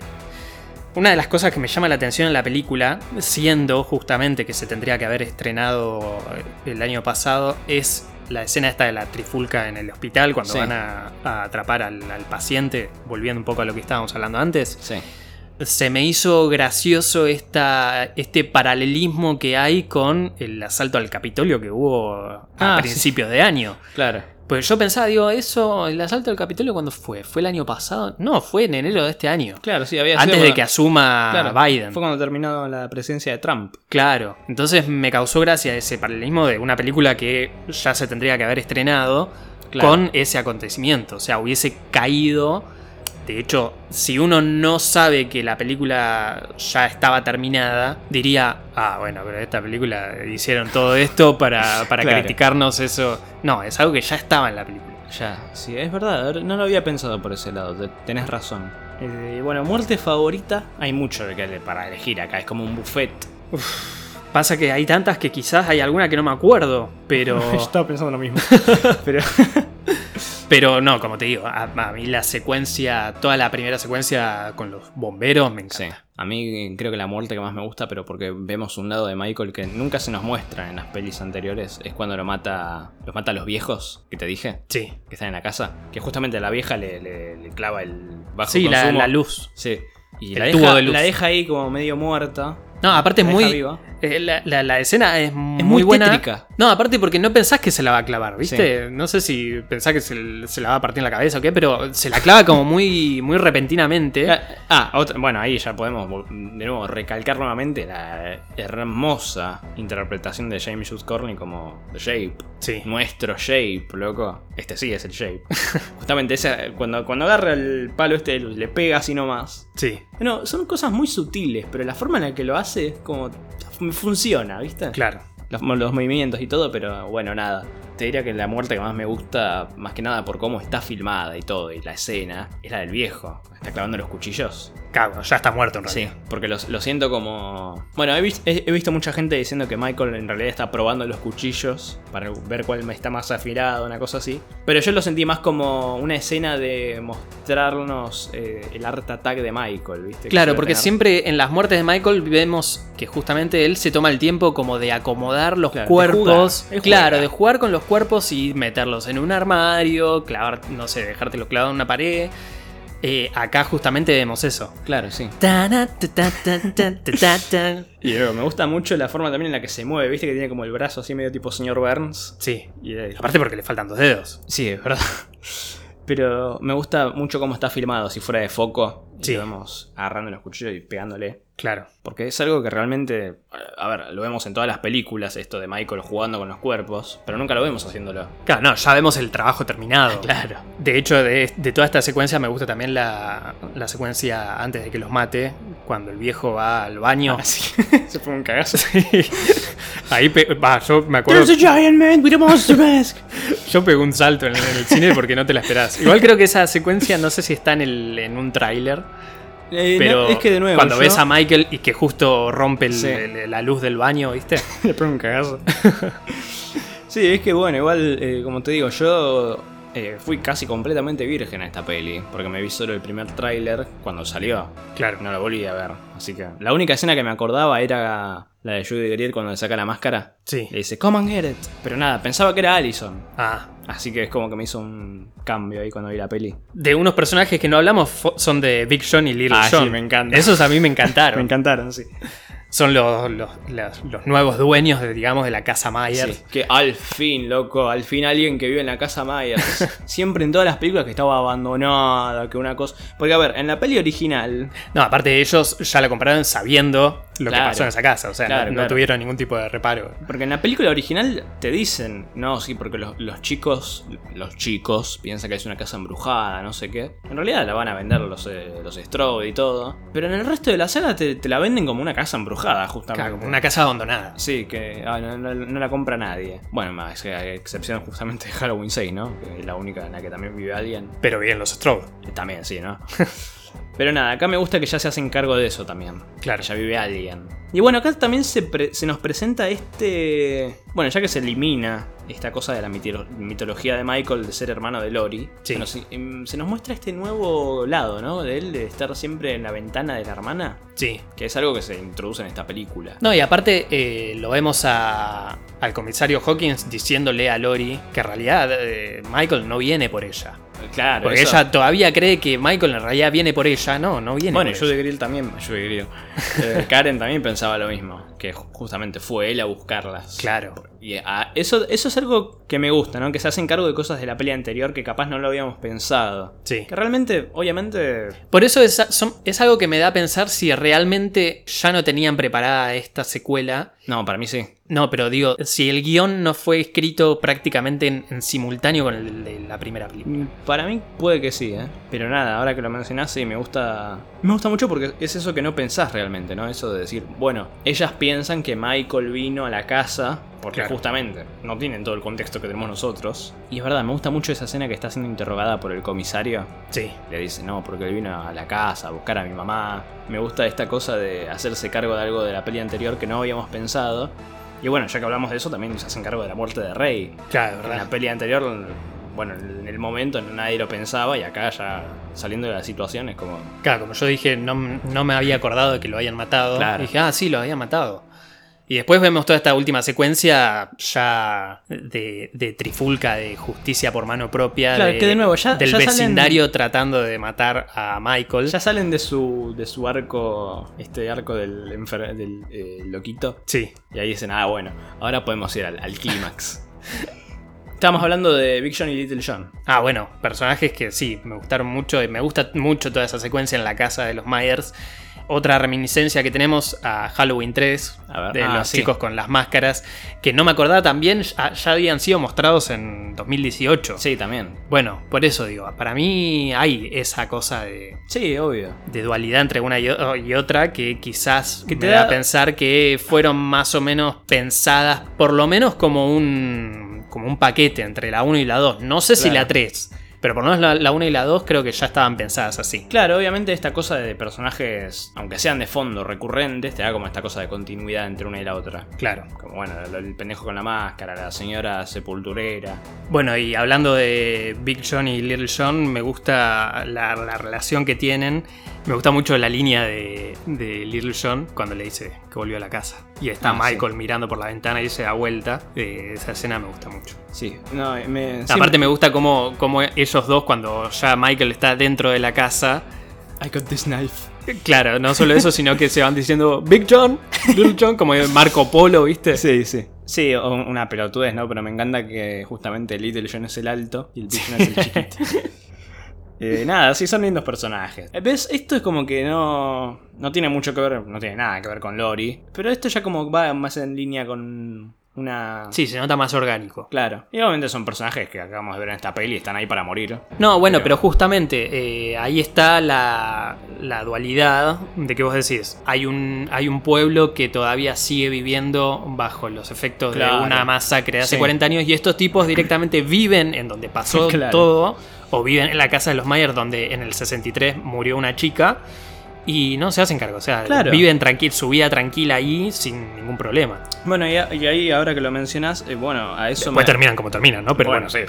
[SPEAKER 1] Una de las cosas que me llama la atención en la película, siendo justamente que se tendría que haber estrenado eh, el año pasado, es la escena esta de la trifulca en el hospital cuando
[SPEAKER 2] Sí.
[SPEAKER 1] van a, a atrapar al, al paciente, volviendo un poco a lo que estábamos hablando antes.
[SPEAKER 2] Sí.
[SPEAKER 1] Se me hizo gracioso esta, este paralelismo que hay con el asalto al Capitolio que hubo a
[SPEAKER 2] Ah, sí.
[SPEAKER 1] principios de año.
[SPEAKER 2] Claro.
[SPEAKER 1] Pues yo pensaba, digo, eso, el asalto al Capitolio, ¿cuándo fue? ¿Fue el año pasado? No, fue en enero de este año.
[SPEAKER 2] Claro, sí, había
[SPEAKER 1] Antes
[SPEAKER 2] sido
[SPEAKER 1] de que
[SPEAKER 2] cuando-
[SPEAKER 1] asuma
[SPEAKER 2] claro,
[SPEAKER 1] Biden.
[SPEAKER 2] Fue cuando terminó la presencia de Trump.
[SPEAKER 1] Claro. Entonces me causó gracia ese paralelismo de una película que ya se tendría que haber estrenado
[SPEAKER 2] Claro.
[SPEAKER 1] con ese acontecimiento. O sea, hubiese caído. De hecho, si uno no sabe que la película ya estaba terminada, diría, ah, bueno, pero esta película hicieron todo esto para, para
[SPEAKER 2] Claro.
[SPEAKER 1] criticarnos eso. No, es algo que ya estaba en la película.
[SPEAKER 2] Ya, sí, es verdad, a ver, no lo había pensado por ese lado, te- tenés razón. Eh, bueno, muerte favorita, hay mucho de que le- para elegir acá, es como un buffet.
[SPEAKER 1] Pasa que hay tantas que quizás hay alguna que no me acuerdo, pero...
[SPEAKER 2] pensando lo mismo.
[SPEAKER 1] Pero no, como te digo, a, a mí la secuencia, toda la primera secuencia con los bomberos me encanta.
[SPEAKER 2] sí, a mí eh, creo que la muerte que más me gusta, pero porque vemos un lado de Michael que nunca se nos muestra en las pelis anteriores, es cuando lo mata, los mata a los viejos, que te dije,
[SPEAKER 1] Sí.
[SPEAKER 2] que están en la casa, que justamente a la vieja le, le- le clava el bajo
[SPEAKER 1] Sí, la,
[SPEAKER 2] consumo.
[SPEAKER 1] la luz.
[SPEAKER 2] Sí. Y
[SPEAKER 1] El
[SPEAKER 2] la
[SPEAKER 1] tubo
[SPEAKER 2] deja,
[SPEAKER 1] de luz.
[SPEAKER 2] la deja ahí como medio muerta.
[SPEAKER 1] No, aparte es
[SPEAKER 2] la deja
[SPEAKER 1] muy...
[SPEAKER 2] viva.
[SPEAKER 1] eh, La, la- la escena es, muy,
[SPEAKER 2] muy
[SPEAKER 1] buena.
[SPEAKER 2] tétrica.
[SPEAKER 1] No, aparte porque no pensás que se la va a clavar, ¿viste? No sé si pensás que se, se la va a partir en la cabeza o qué, pero se la clava como muy, muy repentinamente.
[SPEAKER 2] Ah, ah, otra- bueno, ahí ya podemos vol- de nuevo recalcar nuevamente la hermosa interpretación de James Jude Corney como The Shape.
[SPEAKER 1] Sí.
[SPEAKER 2] Nuestro Shape, loco. Este sí es el Shape. Justamente esa, cuando, cuando agarra el palo este le pega así nomás.
[SPEAKER 1] Sí.
[SPEAKER 2] No, son cosas muy sutiles, pero la forma en la que lo hace es como... funciona, ¿viste?
[SPEAKER 1] Claro.
[SPEAKER 2] los, los movimientos y todo, pero bueno, nada. Te diría que la muerte que más me gusta, más que nada por cómo está filmada y todo, y la escena, es la del viejo. Está clavando los cuchillos.
[SPEAKER 1] Cago, ya está muerto en realidad.
[SPEAKER 2] Sí, porque los- lo, siento como... Bueno, he, vis- he- he visto mucha gente diciendo que Michael en realidad está probando los cuchillos para ver cuál está más afilado, una cosa así. Pero yo lo sentí más como una escena de mostrarnos eh, el art attack de Michael, ¿viste? Que
[SPEAKER 1] Claro,
[SPEAKER 2] suele
[SPEAKER 1] porque
[SPEAKER 2] tener.
[SPEAKER 1] siempre en las muertes de Michael vemos que justamente él se toma el tiempo como de acomodar los
[SPEAKER 2] Claro, de
[SPEAKER 1] cuerpos.
[SPEAKER 2] jugar. Él
[SPEAKER 1] claro,
[SPEAKER 2] juega.
[SPEAKER 1] de jugar con los cuerpos y meterlos en un armario, clavar, no sé, dejártelo clavado en una pared. Eh, acá justamente vemos eso.
[SPEAKER 2] Claro, sí.
[SPEAKER 1] Tana, ta, ta, ta, ta, ta, ta, ta.
[SPEAKER 2] Y eh, me gusta mucho la forma también en la que se mueve, viste que tiene como el brazo así medio tipo señor Burns.
[SPEAKER 1] Sí.
[SPEAKER 2] Y, eh,
[SPEAKER 1] Aparte porque le faltan dos dedos.
[SPEAKER 2] sí, es verdad. Pero me gusta mucho cómo está filmado, si fuera de foco,
[SPEAKER 1] Sí.
[SPEAKER 2] sí. vamos agarrando los cuchillos y pegándole.
[SPEAKER 1] Claro.
[SPEAKER 2] Porque es algo que realmente, a ver, lo vemos en todas las películas, esto de Michael jugando con los cuerpos, pero nunca lo vemos haciéndolo.
[SPEAKER 1] Claro, no, ya vemos el trabajo terminado.
[SPEAKER 2] Claro.
[SPEAKER 1] De hecho, de, de toda esta secuencia me gusta también la, la secuencia antes de que los mate, cuando el viejo va al baño.
[SPEAKER 2] Así se fue un cagazo.
[SPEAKER 1] Ahí, pe- va, yo me acuerdo.
[SPEAKER 2] giant man with a monster mask.
[SPEAKER 1] Yo pegué un salto en el, en el cine porque no te la esperás. Igual creo que esa secuencia no sé si está en, el, en un tráiler, pero
[SPEAKER 2] pero Eh, es que de nuevo.
[SPEAKER 1] cuando
[SPEAKER 2] yo-
[SPEAKER 1] ves a Michael y que justo rompe el-
[SPEAKER 2] Sí.
[SPEAKER 1] el- la luz del baño, ¿viste?
[SPEAKER 2] Le pego un cagazo. sí, es que bueno, igual, eh, como te digo, yo eh, fui casi completamente virgen a esta peli, porque me vi solo el primer tráiler cuando salió.
[SPEAKER 1] Claro.
[SPEAKER 2] No lo volví a ver, así que... La única escena que me acordaba era la de Judy Greer cuando le saca la máscara.
[SPEAKER 1] Sí.
[SPEAKER 2] Le dice, come and get it. Pero nada, pensaba que era Allison.
[SPEAKER 1] Ah.
[SPEAKER 2] Así que es como que me hizo un cambio ahí cuando vi la peli.
[SPEAKER 1] De unos personajes que no hablamos fo- son de Big John y Little
[SPEAKER 2] Ah, sí,
[SPEAKER 1] John.
[SPEAKER 2] me encanta.
[SPEAKER 1] Esos a mí me encantaron.
[SPEAKER 2] Me encantaron, sí.
[SPEAKER 1] Son los, los, las- los nuevos dueños, de, digamos, de la casa Mayer.
[SPEAKER 2] Sí, que al fin, loco, al fin alguien que vive en la casa Myers. Siempre en todas las películas que estaba abandonada, que una cosa. Porque, a ver, en la peli original.
[SPEAKER 1] No, aparte de ellos ya la compraron sabiendo lo
[SPEAKER 2] Claro.
[SPEAKER 1] que pasó en esa casa. O sea, no-
[SPEAKER 2] Claro,
[SPEAKER 1] no,
[SPEAKER 2] claro.
[SPEAKER 1] tuvieron ningún tipo de reparo.
[SPEAKER 2] Porque en la película original te dicen, no, sí, porque los, los chicos, los chicos piensan que es una casa embrujada, no sé qué. En realidad la van a vender los, eh, los Strode y todo. Pero en el resto de la saga te, te la venden como una casa embrujada, justamente.
[SPEAKER 1] Claro, como una casa abandonada.
[SPEAKER 2] Sí, que ah, no, no- no la compra nadie. Bueno, más, eh, a excepción justamente de Halloween 6, ¿no? Que es la única en la que también vive alguien.
[SPEAKER 1] Pero bien, los Strode.
[SPEAKER 2] También, sí, ¿no? Pero nada, acá me gusta que ya se hacen cargo de eso también.
[SPEAKER 1] Claro.
[SPEAKER 2] Ya vive alguien. Y bueno, acá también se, pre- se nos presenta este... Bueno, ya que se elimina esta cosa de la mitilo- mitología de Michael de ser hermano de Lori,
[SPEAKER 1] Sí.
[SPEAKER 2] se, nos, em, se nos muestra este nuevo lado, ¿no? De él, de estar siempre en la ventana de la hermana,
[SPEAKER 1] Sí.
[SPEAKER 2] que es algo que se introduce en esta película.
[SPEAKER 1] No, y aparte eh, lo vemos a- al comisario Hawkins diciéndole a Lori que en realidad eh, Michael no viene por ella.
[SPEAKER 2] Claro,
[SPEAKER 1] Porque
[SPEAKER 2] eso-
[SPEAKER 1] ella todavía cree que Michael en realidad viene por ella. No, no viene
[SPEAKER 2] Bueno,
[SPEAKER 1] por
[SPEAKER 2] Judy
[SPEAKER 1] ella.
[SPEAKER 2] Grill también, Judy Grill. Eh, Karen también pensaba lo mismo, que ju- justamente fue él a buscarlas.
[SPEAKER 1] Claro.
[SPEAKER 2] Y a- eso, eso es algo que me gusta, ¿no? Que se hacen cargo de cosas de la peli anterior que capaz no lo habíamos pensado.
[SPEAKER 1] Sí.
[SPEAKER 2] Que realmente, obviamente.
[SPEAKER 1] Por eso es, son- es algo que me da a pensar si realmente ya no tenían preparada esta secuela.
[SPEAKER 2] No, para mí sí.
[SPEAKER 1] No, pero digo, si el guión no fue escrito prácticamente en, en simultáneo con el de la primera película.
[SPEAKER 2] Mm, Para mí puede que sí, ¿eh? Pero nada, ahora que lo mencionás, sí, me gusta. Me gusta mucho porque es eso que no pensás realmente, ¿no? Eso de decir, bueno, ellas piensan que Michael vino a la casa. Porque
[SPEAKER 1] Claro.
[SPEAKER 2] justamente no tienen todo el contexto que tenemos nosotros. Y es verdad, me gusta mucho esa escena que está siendo interrogada por el comisario.
[SPEAKER 1] Sí.
[SPEAKER 2] Le dice, no, porque él vino a la casa a buscar a mi mamá. Me gusta esta cosa de hacerse cargo de algo de la peli anterior que no habíamos pensado. Y bueno, ya que hablamos de eso, también se hacen cargo de la muerte de Rey.
[SPEAKER 1] Claro,
[SPEAKER 2] En la peli anterior, bueno, en el momento nadie lo pensaba y acá ya saliendo de la situación es como...
[SPEAKER 1] Claro, como yo dije, no, no me había acordado de que lo habían matado.
[SPEAKER 2] Claro.
[SPEAKER 1] Dije, ah, sí, lo habían matado. Y después vemos toda esta última secuencia ya de, de trifulca, de justicia por mano propia.
[SPEAKER 2] Claro, que de nuevo, ya-
[SPEAKER 1] Del
[SPEAKER 2] ya salen-
[SPEAKER 1] vecindario tratando de matar a Michael.
[SPEAKER 2] Ya salen de su, de su arco, este arco del, enfer- del eh, loquito.
[SPEAKER 1] Sí.
[SPEAKER 2] Y ahí dicen, ah, bueno, ahora podemos ir al, al clímax. Estábamos hablando de Big John y Little John.
[SPEAKER 1] Ah, bueno, personajes que sí, me gustaron mucho. y Me gusta mucho toda esa secuencia en la casa de los Myers. Otra reminiscencia que tenemos a Halloween 3,
[SPEAKER 2] A ver,
[SPEAKER 1] de
[SPEAKER 2] ah,
[SPEAKER 1] los
[SPEAKER 2] sí.
[SPEAKER 1] chicos con las máscaras, que no me acordaba también, ya, ya habían sido mostrados en 2018.
[SPEAKER 2] Sí, también.
[SPEAKER 1] Bueno, por eso digo, para mí hay esa cosa de,
[SPEAKER 2] Sí, obvio.
[SPEAKER 1] de dualidad entre una y, o- y otra que quizás
[SPEAKER 2] Que te
[SPEAKER 1] me da
[SPEAKER 2] da-
[SPEAKER 1] a pensar que fueron más o menos pensadas, por lo menos como un, como un paquete entre la 1 y la 2. No sé si
[SPEAKER 2] Claro.
[SPEAKER 1] la 3, pero por lo menos la- la 1 y la 2 creo que ya estaban pensadas así.
[SPEAKER 2] Claro, obviamente esta cosa de personajes, aunque sean de fondo recurrentes, te da como esta cosa de continuidad entre una y la otra.
[SPEAKER 1] Claro.
[SPEAKER 2] Como bueno, el, el pendejo con la máscara, la señora sepulturera.
[SPEAKER 1] Bueno, y hablando de Big John y Little John, me gusta la, la relación que tienen. Me gusta mucho la línea de, de Little John cuando le dice que volvió a la casa. Y está
[SPEAKER 2] Ah,
[SPEAKER 1] Michael mirando por la ventana y se da vuelta. Eh, esa escena me gusta mucho.
[SPEAKER 2] Sí, no, me.
[SPEAKER 1] Aparte me gusta cómo, cómo ellos dos, cuando ya Michael está dentro de la casa,
[SPEAKER 2] I got this knife.
[SPEAKER 1] claro, no solo eso, sino que se van diciendo Big John, Little John, como Marco Polo, ¿viste?
[SPEAKER 2] Sí, sí. Sí, o- una pelotudez, ¿no? Pero me encanta que justamente Little John es el alto y el Big John es el chiquito. Eh, nada, sí, son lindos personajes. Eh, ¿Ves? Esto es como que no. No tiene mucho que ver, no tiene nada que ver con Lori. Pero esto ya como va más en línea con una.
[SPEAKER 1] Sí, se nota más orgánico.
[SPEAKER 2] Claro. Y obviamente son personajes que acabamos de ver en esta peli, están ahí para morir.
[SPEAKER 1] No, bueno, pero
[SPEAKER 2] Pero-
[SPEAKER 1] justamente eh, ahí está la, la dualidad de que vos decís. Hay un, hay un pueblo que todavía sigue viviendo bajo los efectos
[SPEAKER 2] Claro.
[SPEAKER 1] de una masacre de hace
[SPEAKER 2] Sí.
[SPEAKER 1] 40 años y estos tipos directamente viven en donde pasó
[SPEAKER 2] Claro.
[SPEAKER 1] todo o viven en la casa de los Mayer donde en el 63 murió una chica y no se hacen cargo. O sea,
[SPEAKER 2] Claro.
[SPEAKER 1] viven tranquil, su vida tranquila ahí sin ningún problema.
[SPEAKER 2] Bueno, y, a- y ahí ahora que lo mencionas, eh, bueno, a eso
[SPEAKER 1] Después
[SPEAKER 2] me.
[SPEAKER 1] terminan como terminan, ¿no? Pero bueno, sí.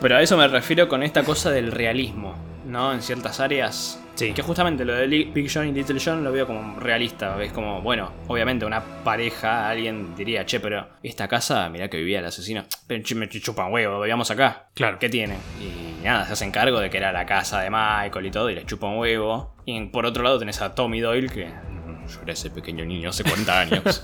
[SPEAKER 2] Pero a eso me refiero con esta cosa del realismo, ¿no? En ciertas áreas.
[SPEAKER 1] Sí.
[SPEAKER 2] Que justamente lo de Li- Big John y Little John lo veo como realista. Es como, bueno, obviamente una pareja, alguien diría, che, pero esta casa, mirá que vivía el asesino. Pero che, me chupan huevo, vivamos acá.
[SPEAKER 1] Claro.
[SPEAKER 2] ¿Qué tiene? Y nada, se hacen cargo de que era la casa de Michael y todo, y le chupan huevo. Y por otro lado tenés a Tommy Doyle, que mm, yo era ese pequeño niño hace 40 años.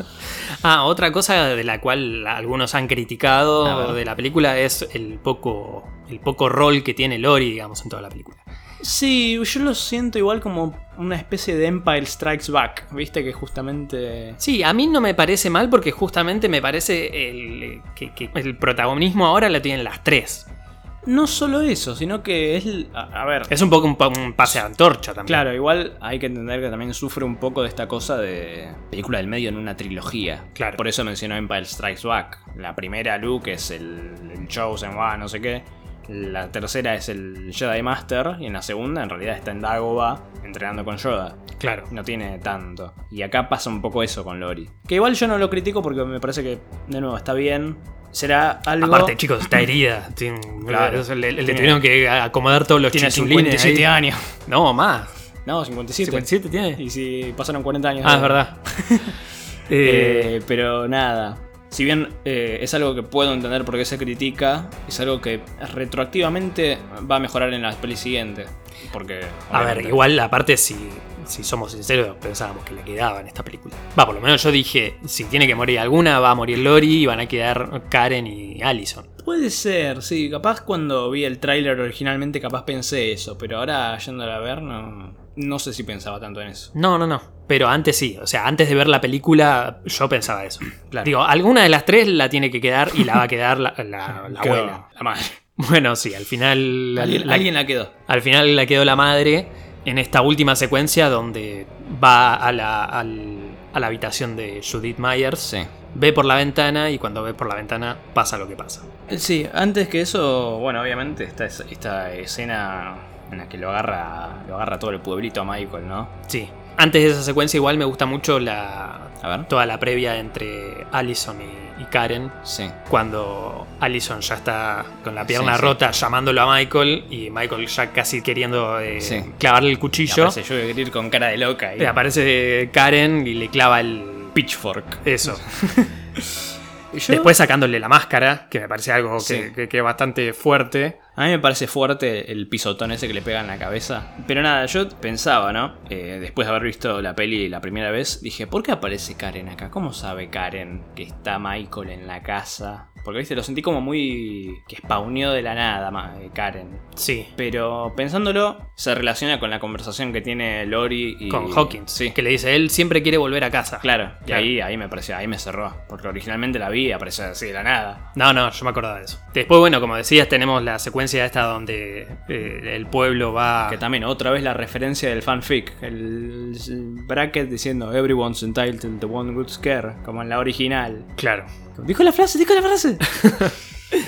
[SPEAKER 1] Ah, otra cosa de la cual algunos han
[SPEAKER 2] A
[SPEAKER 1] criticado
[SPEAKER 2] ver.
[SPEAKER 1] de la película es el poco, el poco rol que tiene Lori, digamos, en toda la película.
[SPEAKER 2] Sí, yo lo siento igual como una especie de Empire Strikes Back, viste que justamente...
[SPEAKER 1] Sí, a mí no me parece mal porque justamente me parece el, eh, que, que el protagonismo ahora lo tienen las tres.
[SPEAKER 2] No solo eso, sino que es... l- A, a ver,
[SPEAKER 1] Es un poco un, pa- un pase de antorcha también.
[SPEAKER 2] claro, igual hay que entender que también sufre un poco de esta cosa de película del medio en una trilogía.
[SPEAKER 1] Claro.
[SPEAKER 2] Por eso mencionó Empire Strikes Back. La primera, Luke, es el, el Chosen One, no sé qué. La tercera es el Jedi Master. Y en la segunda, en realidad, está en Dagobah entrenando con Yoda.
[SPEAKER 1] claro.
[SPEAKER 2] no tiene tanto. Y acá pasa un poco eso con Lori. Que igual yo no lo critico porque me parece que, de nuevo, está bien. Será algo.
[SPEAKER 1] Aparte, chicos, está herida. Tiene-
[SPEAKER 2] Claro.
[SPEAKER 1] le- le, le
[SPEAKER 2] Tiene-
[SPEAKER 1] tuvieron que acomodar todos los
[SPEAKER 2] tiene
[SPEAKER 1] chichulines
[SPEAKER 2] 57
[SPEAKER 1] ahí.
[SPEAKER 2] años.
[SPEAKER 1] No, más.
[SPEAKER 2] No, 57.
[SPEAKER 1] 57 tiene.
[SPEAKER 2] Y si pasaron 40 años.
[SPEAKER 1] Ah, es verdad. Eh,
[SPEAKER 2] Eh, pero nada. Si bien eh, es algo que puedo entender por qué se critica, es algo que retroactivamente va a mejorar en las pelis siguientes. Porque.
[SPEAKER 1] A ver,
[SPEAKER 2] obviamente-
[SPEAKER 1] igual, aparte, si, si somos sinceros, pensábamos que le quedaba en esta película. Va, por lo menos yo dije, si tiene que morir alguna, va a morir Lori y van a quedar Karen y Allison.
[SPEAKER 2] Puede ser, sí. Capaz cuando vi el tráiler originalmente capaz pensé eso, pero ahora yéndolo a ver no, no sé si pensaba tanto en eso.
[SPEAKER 1] No, no, no. Pero antes sí, o sea, antes de ver la película, yo pensaba eso.
[SPEAKER 2] Claro.
[SPEAKER 1] Digo, alguna de las tres la tiene que quedar y la va a quedar la, la- la
[SPEAKER 2] Quedó
[SPEAKER 1] abuela.
[SPEAKER 2] La madre.
[SPEAKER 1] Bueno, sí, al final. la-
[SPEAKER 2] alguien,
[SPEAKER 1] la-
[SPEAKER 2] alguien la quedó.
[SPEAKER 1] Al final la quedó la madre en esta última secuencia donde va a la, al- a la habitación de Judith Myers.
[SPEAKER 2] Sí.
[SPEAKER 1] Ve por la ventana y cuando ve por la ventana pasa lo que pasa.
[SPEAKER 2] Eh, Sí, antes que eso, bueno, obviamente está es- esta escena en la que lo agarra, lo agarra todo el pueblito a Michael, ¿no?
[SPEAKER 1] Sí. Antes de esa secuencia igual me gusta mucho la
[SPEAKER 2] A ver.
[SPEAKER 1] toda la previa entre Allison y, y Karen.
[SPEAKER 2] Sí.
[SPEAKER 1] Cuando Allison ya está con la pierna
[SPEAKER 2] Sí, sí.
[SPEAKER 1] rota llamándolo a Michael y Michael ya casi queriendo eh,
[SPEAKER 2] Sí.
[SPEAKER 1] clavarle el
[SPEAKER 2] Y
[SPEAKER 1] cuchillo.
[SPEAKER 2] yo voy a ir con cara de loca y
[SPEAKER 1] Le aparece Karen y le clava el...
[SPEAKER 2] pitchfork.
[SPEAKER 1] Eso.
[SPEAKER 2] Y yo-
[SPEAKER 1] Después sacándole la máscara, que me parece algo que-
[SPEAKER 2] Sí.
[SPEAKER 1] que- que es bastante fuerte.
[SPEAKER 2] A mí me parece fuerte el pisotón ese que le pega en la cabeza. Pero nada, yo pensaba, ¿no? Eh, después de haber visto la peli la primera vez, dije, ¿por qué aparece Karen acá? ¿Cómo sabe Karen que está Michael en la casa? Porque, viste, lo sentí como muy... que spawneó de la nada, ma- eh, Karen.
[SPEAKER 1] Sí.
[SPEAKER 2] Pero pensándolo, se relaciona con la conversación que tiene Lori y...
[SPEAKER 1] Con Hawkins.
[SPEAKER 2] Sí.
[SPEAKER 1] Que le dice, él siempre quiere volver a casa.
[SPEAKER 2] Claro, y
[SPEAKER 1] Claro.
[SPEAKER 2] ahí, ahí me pareció, ahí me cerró. Porque originalmente la vi y apareció así de la nada.
[SPEAKER 1] No, no, yo me acordaba de eso. Después, bueno, como decías, tenemos la secuencia esta donde eh, el pueblo va.
[SPEAKER 2] Que también otra vez la referencia del fanfic, el bracket diciendo Everyone's entitled to one good scare, como en la original.
[SPEAKER 1] Claro.
[SPEAKER 2] Dijo la frase, dijo la frase.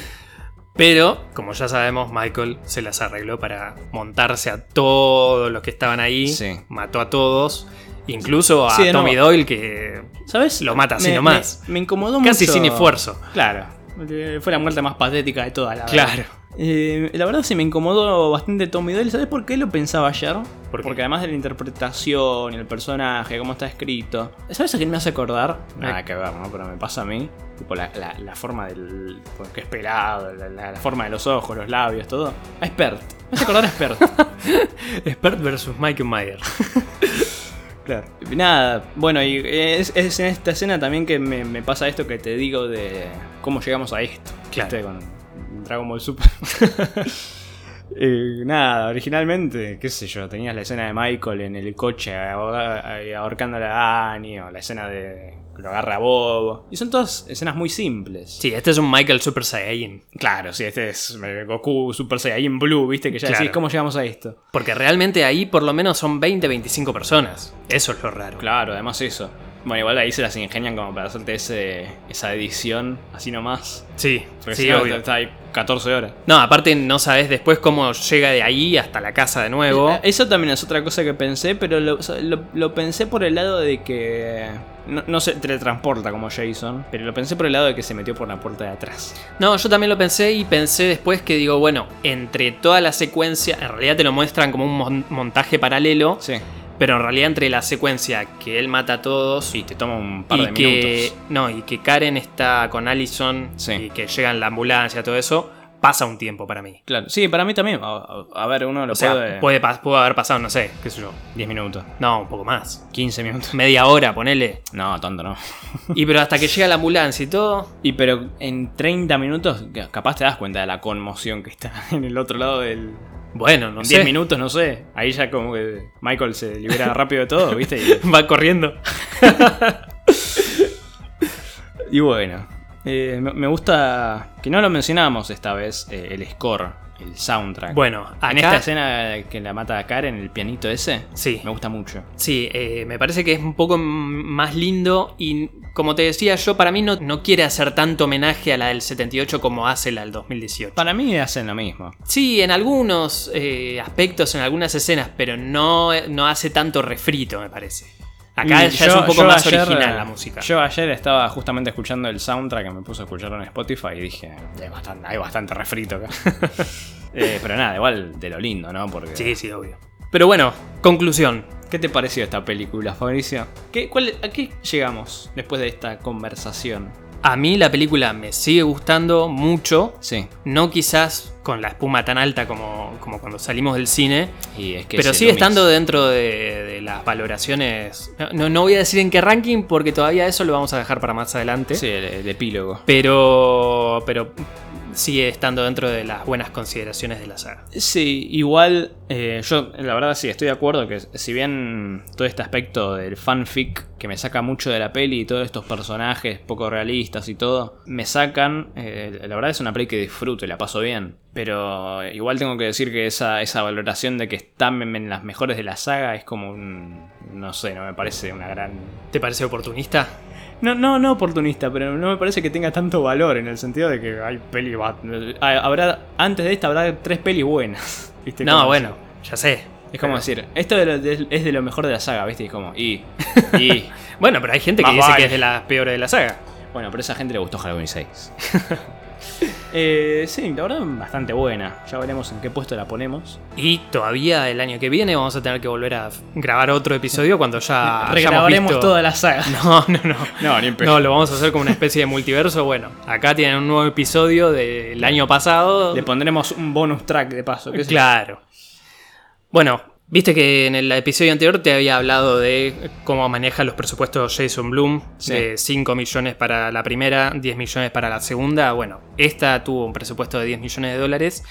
[SPEAKER 1] Pero, como ya sabemos, Michael se las arregló para montarse a todos los que estaban ahí.
[SPEAKER 2] Sí.
[SPEAKER 1] Mató a todos. Incluso a
[SPEAKER 2] Sí, de
[SPEAKER 1] Tommy
[SPEAKER 2] nuevo.
[SPEAKER 1] Doyle, que
[SPEAKER 2] ¿Sabes?
[SPEAKER 1] Lo mata así
[SPEAKER 2] Me-
[SPEAKER 1] nomás.
[SPEAKER 2] Me, me incomodó
[SPEAKER 1] casi
[SPEAKER 2] mucho.
[SPEAKER 1] sin esfuerzo.
[SPEAKER 2] Claro. Eh, Fue la muerte más patética de toda la verdad.
[SPEAKER 1] Claro.
[SPEAKER 2] Eh, la verdad se me incomodó bastante Tommy Doyle. ¿Sabes por qué lo pensaba ayer?
[SPEAKER 1] ¿Por qué?
[SPEAKER 2] Porque además de la interpretación y el personaje, cómo está escrito. ¿Sabes a quién me hace acordar?
[SPEAKER 1] Eh.
[SPEAKER 2] Nada que ver, ¿no? Pero me pasa a mí. Tipo la, la- la forma del. pues, Porque es pelado, la, la- la forma de los ojos, los labios, todo. A Spert. Me hace acordar a Spert.
[SPEAKER 1] Expert versus Michael Myers.
[SPEAKER 2] Claro. Nada, bueno, y es, es en esta escena también que me, me pasa esto que te digo de cómo llegamos a esto.
[SPEAKER 1] Claro.
[SPEAKER 2] ¿viste? Con Dragon Ball Super. Eh, nada, originalmente, qué sé yo, tenías la escena de Michael en el coche ahoga- ahorcando a Annie, o la escena de que lo agarra a Bob. Y son todas escenas muy simples.
[SPEAKER 1] Sí, este es un Michael Super Saiyan.
[SPEAKER 2] Claro, sí, este es eh, Goku Super Saiyan Blue, viste, que ya
[SPEAKER 1] Claro.
[SPEAKER 2] decís, ¿cómo llegamos a esto?
[SPEAKER 1] Porque realmente ahí por lo menos son 20-25 personas. Eso es lo raro.
[SPEAKER 2] Claro, además eso. Bueno, igual ahí se las ingenian como para hacerte ese, esa edición así nomás.
[SPEAKER 1] Sí,
[SPEAKER 2] Porque
[SPEAKER 1] sí,
[SPEAKER 2] si no,
[SPEAKER 1] obvio.
[SPEAKER 2] está ahí 14 horas.
[SPEAKER 1] No, aparte no sabes después cómo llega de ahí hasta la casa de nuevo.
[SPEAKER 2] Eh, Eso también es otra cosa que pensé, pero lo, o sea, lo- lo pensé por el lado de que. No, no se teletransporta como Jason, pero lo pensé por el lado de que se metió por la puerta de atrás.
[SPEAKER 1] No, yo también lo pensé y pensé después que digo, bueno, entre toda la secuencia, en realidad te lo muestran como un mon- montaje paralelo,
[SPEAKER 2] Sí.
[SPEAKER 1] pero en realidad entre la secuencia que él mata a todos
[SPEAKER 2] Sí, te toma un par
[SPEAKER 1] y
[SPEAKER 2] de
[SPEAKER 1] que
[SPEAKER 2] minutos.
[SPEAKER 1] no y que Karen está con Allison
[SPEAKER 2] Sí.
[SPEAKER 1] y que llega en la ambulancia todo eso, pasa un tiempo para mí.
[SPEAKER 2] Claro, sí, para mí también. A, a- a ver, uno lo
[SPEAKER 1] O sea,
[SPEAKER 2] puede.
[SPEAKER 1] puede, pas- puede haber pasado, no sé, qué sé yo.
[SPEAKER 2] 10 minutos,
[SPEAKER 1] No, un poco más.
[SPEAKER 2] 15 minutos.
[SPEAKER 1] Media hora, ponele.
[SPEAKER 2] No, tonto, no.
[SPEAKER 1] Y pero hasta que llega la ambulancia y todo,
[SPEAKER 2] Y pero en 30 minutos, ca- capaz te das cuenta de la conmoción que está en el otro lado del.
[SPEAKER 1] bueno, no
[SPEAKER 2] En
[SPEAKER 1] sé.
[SPEAKER 2] 10 minutos, no sé. Ahí ya como que Michael se libera rápido de todo, ¿viste? Y
[SPEAKER 1] Va corriendo.
[SPEAKER 2] Y bueno, eh, me me gusta que no lo mencionamos esta vez, eh, el score, el soundtrack.
[SPEAKER 1] Bueno,
[SPEAKER 2] en
[SPEAKER 1] acá-
[SPEAKER 2] esta escena que la mata a Karen, el pianito ese,
[SPEAKER 1] Sí.
[SPEAKER 2] me gusta mucho.
[SPEAKER 1] Sí, eh, me parece que es un poco m- más lindo y como te decía yo, para mí no, no quiere hacer tanto homenaje a la del 78 como hace la del 2018.
[SPEAKER 2] Para mí hacen lo mismo.
[SPEAKER 1] Sí, en algunos eh, aspectos, en algunas escenas, pero no, no hace tanto refrito, me parece. Acá
[SPEAKER 2] Y
[SPEAKER 1] ya es
[SPEAKER 2] Mm, yo-
[SPEAKER 1] un poco
[SPEAKER 2] yo
[SPEAKER 1] más
[SPEAKER 2] ayer,
[SPEAKER 1] original
[SPEAKER 2] eh,
[SPEAKER 1] la música.
[SPEAKER 2] Yo ayer estaba justamente escuchando el soundtrack que me puse a escucharlo en Spotify y dije, hay bastante, hay bastante refrito acá. Eh, pero nada, igual de lo lindo, ¿no? Porque
[SPEAKER 1] Sí, sí, obvio. Pero bueno, conclusión.
[SPEAKER 2] ¿Qué te pareció esta película, Fabricio? ¿Qué, cuál, ¿A qué llegamos después de esta conversación?
[SPEAKER 1] A mí la película me sigue gustando mucho.
[SPEAKER 2] Sí.
[SPEAKER 1] No quizás con la espuma tan alta como, como cuando salimos del cine,
[SPEAKER 2] Y es que
[SPEAKER 1] pero
[SPEAKER 2] es el
[SPEAKER 1] sigue
[SPEAKER 2] Loomis.
[SPEAKER 1] estando dentro de, de las valoraciones. No- No, no voy a decir en qué ranking porque todavía eso lo vamos a dejar para más adelante.
[SPEAKER 2] Sí, el, el epílogo.
[SPEAKER 1] Pero, pero sigue estando dentro de las buenas consideraciones de la saga.
[SPEAKER 2] Sí, igual eh, yo la verdad sí estoy de acuerdo que si bien todo este aspecto del fanfic que me saca mucho de la peli y todos estos personajes poco realistas y todo, me sacan, eh, la verdad es una peli que disfruto y la paso bien, pero igual tengo que decir que esa, esa valoración de que están en en las mejores de la saga es como un, no sé, no me parece una gran
[SPEAKER 1] ¿Te parece oportunista?
[SPEAKER 2] No, no, no oportunista, pero no me parece que tenga tanto valor en el sentido de que hay peli va- ah, habrá antes de esta habrá tres pelis buenas. ¿viste?
[SPEAKER 1] No,
[SPEAKER 2] Como-
[SPEAKER 1] bueno, ya sé.
[SPEAKER 2] Es como decir, esto de lo- de- es de lo mejor de la saga, ¿viste? Y como, y. y
[SPEAKER 1] Bueno, pero hay gente que
[SPEAKER 2] Más
[SPEAKER 1] dice
[SPEAKER 2] vale.
[SPEAKER 1] que es de las peores de la saga.
[SPEAKER 2] bueno, pero a esa gente le gustó Halloween 6. Eh, sí, la verdad, bastante buena. Ya veremos en qué puesto la ponemos.
[SPEAKER 1] Y todavía el año que viene vamos a tener que volver a grabar otro episodio cuando ya hayamos visto-
[SPEAKER 2] la saga.
[SPEAKER 1] No, no, no.
[SPEAKER 2] No, ni en pedo.
[SPEAKER 1] No, lo vamos a hacer como una especie de multiverso. Bueno, acá tienen un nuevo episodio del año pasado.
[SPEAKER 2] Le pondremos un bonus track de paso. qué sé yo.
[SPEAKER 1] Claro. Bueno, viste que en el episodio anterior te había hablado de cómo maneja los presupuestos Jason Bloom.
[SPEAKER 2] Sí.
[SPEAKER 1] De 5 eh, millones para la primera, 10 millones para la segunda. Bueno, esta tuvo un presupuesto de 10 millones de dólares.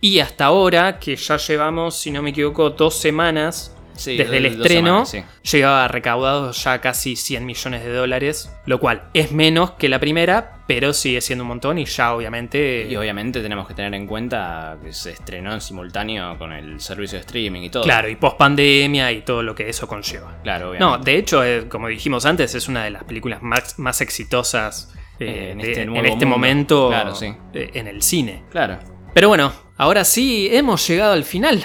[SPEAKER 1] Y hasta ahora, que ya llevamos, si no me equivoco, dos semanas
[SPEAKER 2] Sí,
[SPEAKER 1] desde el
[SPEAKER 2] dos
[SPEAKER 1] estreno,
[SPEAKER 2] semanas, sí.
[SPEAKER 1] llevaba recaudados ya casi 100 millones de dólares, lo cual es menos que la primera, pero sigue siendo un montón y ya obviamente...
[SPEAKER 2] Y obviamente tenemos que tener en cuenta que se estrenó en simultáneo con el servicio de streaming y todo.
[SPEAKER 1] Claro, y post pandemia y todo lo que eso conlleva.
[SPEAKER 2] Claro,
[SPEAKER 1] No,
[SPEAKER 2] obviamente.
[SPEAKER 1] de hecho, eh, como dijimos antes, es una de las películas más, más exitosas eh,
[SPEAKER 2] En
[SPEAKER 1] de-
[SPEAKER 2] este
[SPEAKER 1] en
[SPEAKER 2] nuevo
[SPEAKER 1] este
[SPEAKER 2] mundo.
[SPEAKER 1] momento
[SPEAKER 2] Claro, sí.
[SPEAKER 1] eh, en el cine.
[SPEAKER 2] Claro.
[SPEAKER 1] Pero bueno, ahora sí hemos llegado al final.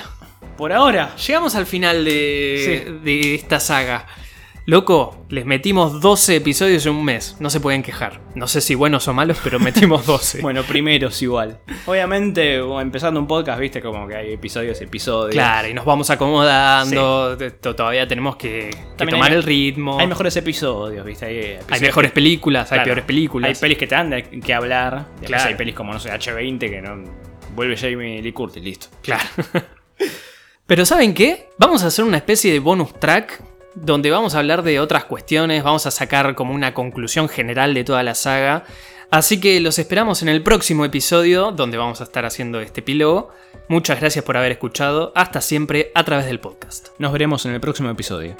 [SPEAKER 2] Por ahora.
[SPEAKER 1] Llegamos al final de, de esta saga. Loco, les metimos 12 episodios en un mes. No se pueden quejar. No sé si buenos o malos, pero metimos 12.
[SPEAKER 2] Bueno, primeros igual. Obviamente, bueno, empezando un podcast, viste como que hay episodios, episodios.
[SPEAKER 1] claro, y nos vamos acomodando. t- Todavía tenemos que, que
[SPEAKER 2] También
[SPEAKER 1] tomar
[SPEAKER 2] hay-
[SPEAKER 1] el ritmo.
[SPEAKER 2] Hay mejores episodios, viste. Hay, episodios
[SPEAKER 1] Hay mejores películas, hay
[SPEAKER 2] Claro.
[SPEAKER 1] peores películas.
[SPEAKER 2] Hay pelis que te dan de que hablar. Después
[SPEAKER 1] Claro.
[SPEAKER 2] hay pelis como, no sé, H20 que no. Vuelve Jamie Lee Curtis, listo.
[SPEAKER 1] Claro. Pero ¿saben qué? Vamos a hacer una especie de bonus track donde vamos a hablar de otras cuestiones, vamos a sacar como una conclusión general de toda la saga. Así que los esperamos en el próximo episodio donde vamos a estar haciendo este epílogo. Muchas gracias por haber escuchado. Hasta siempre a través del podcast.
[SPEAKER 2] Nos veremos en el próximo episodio.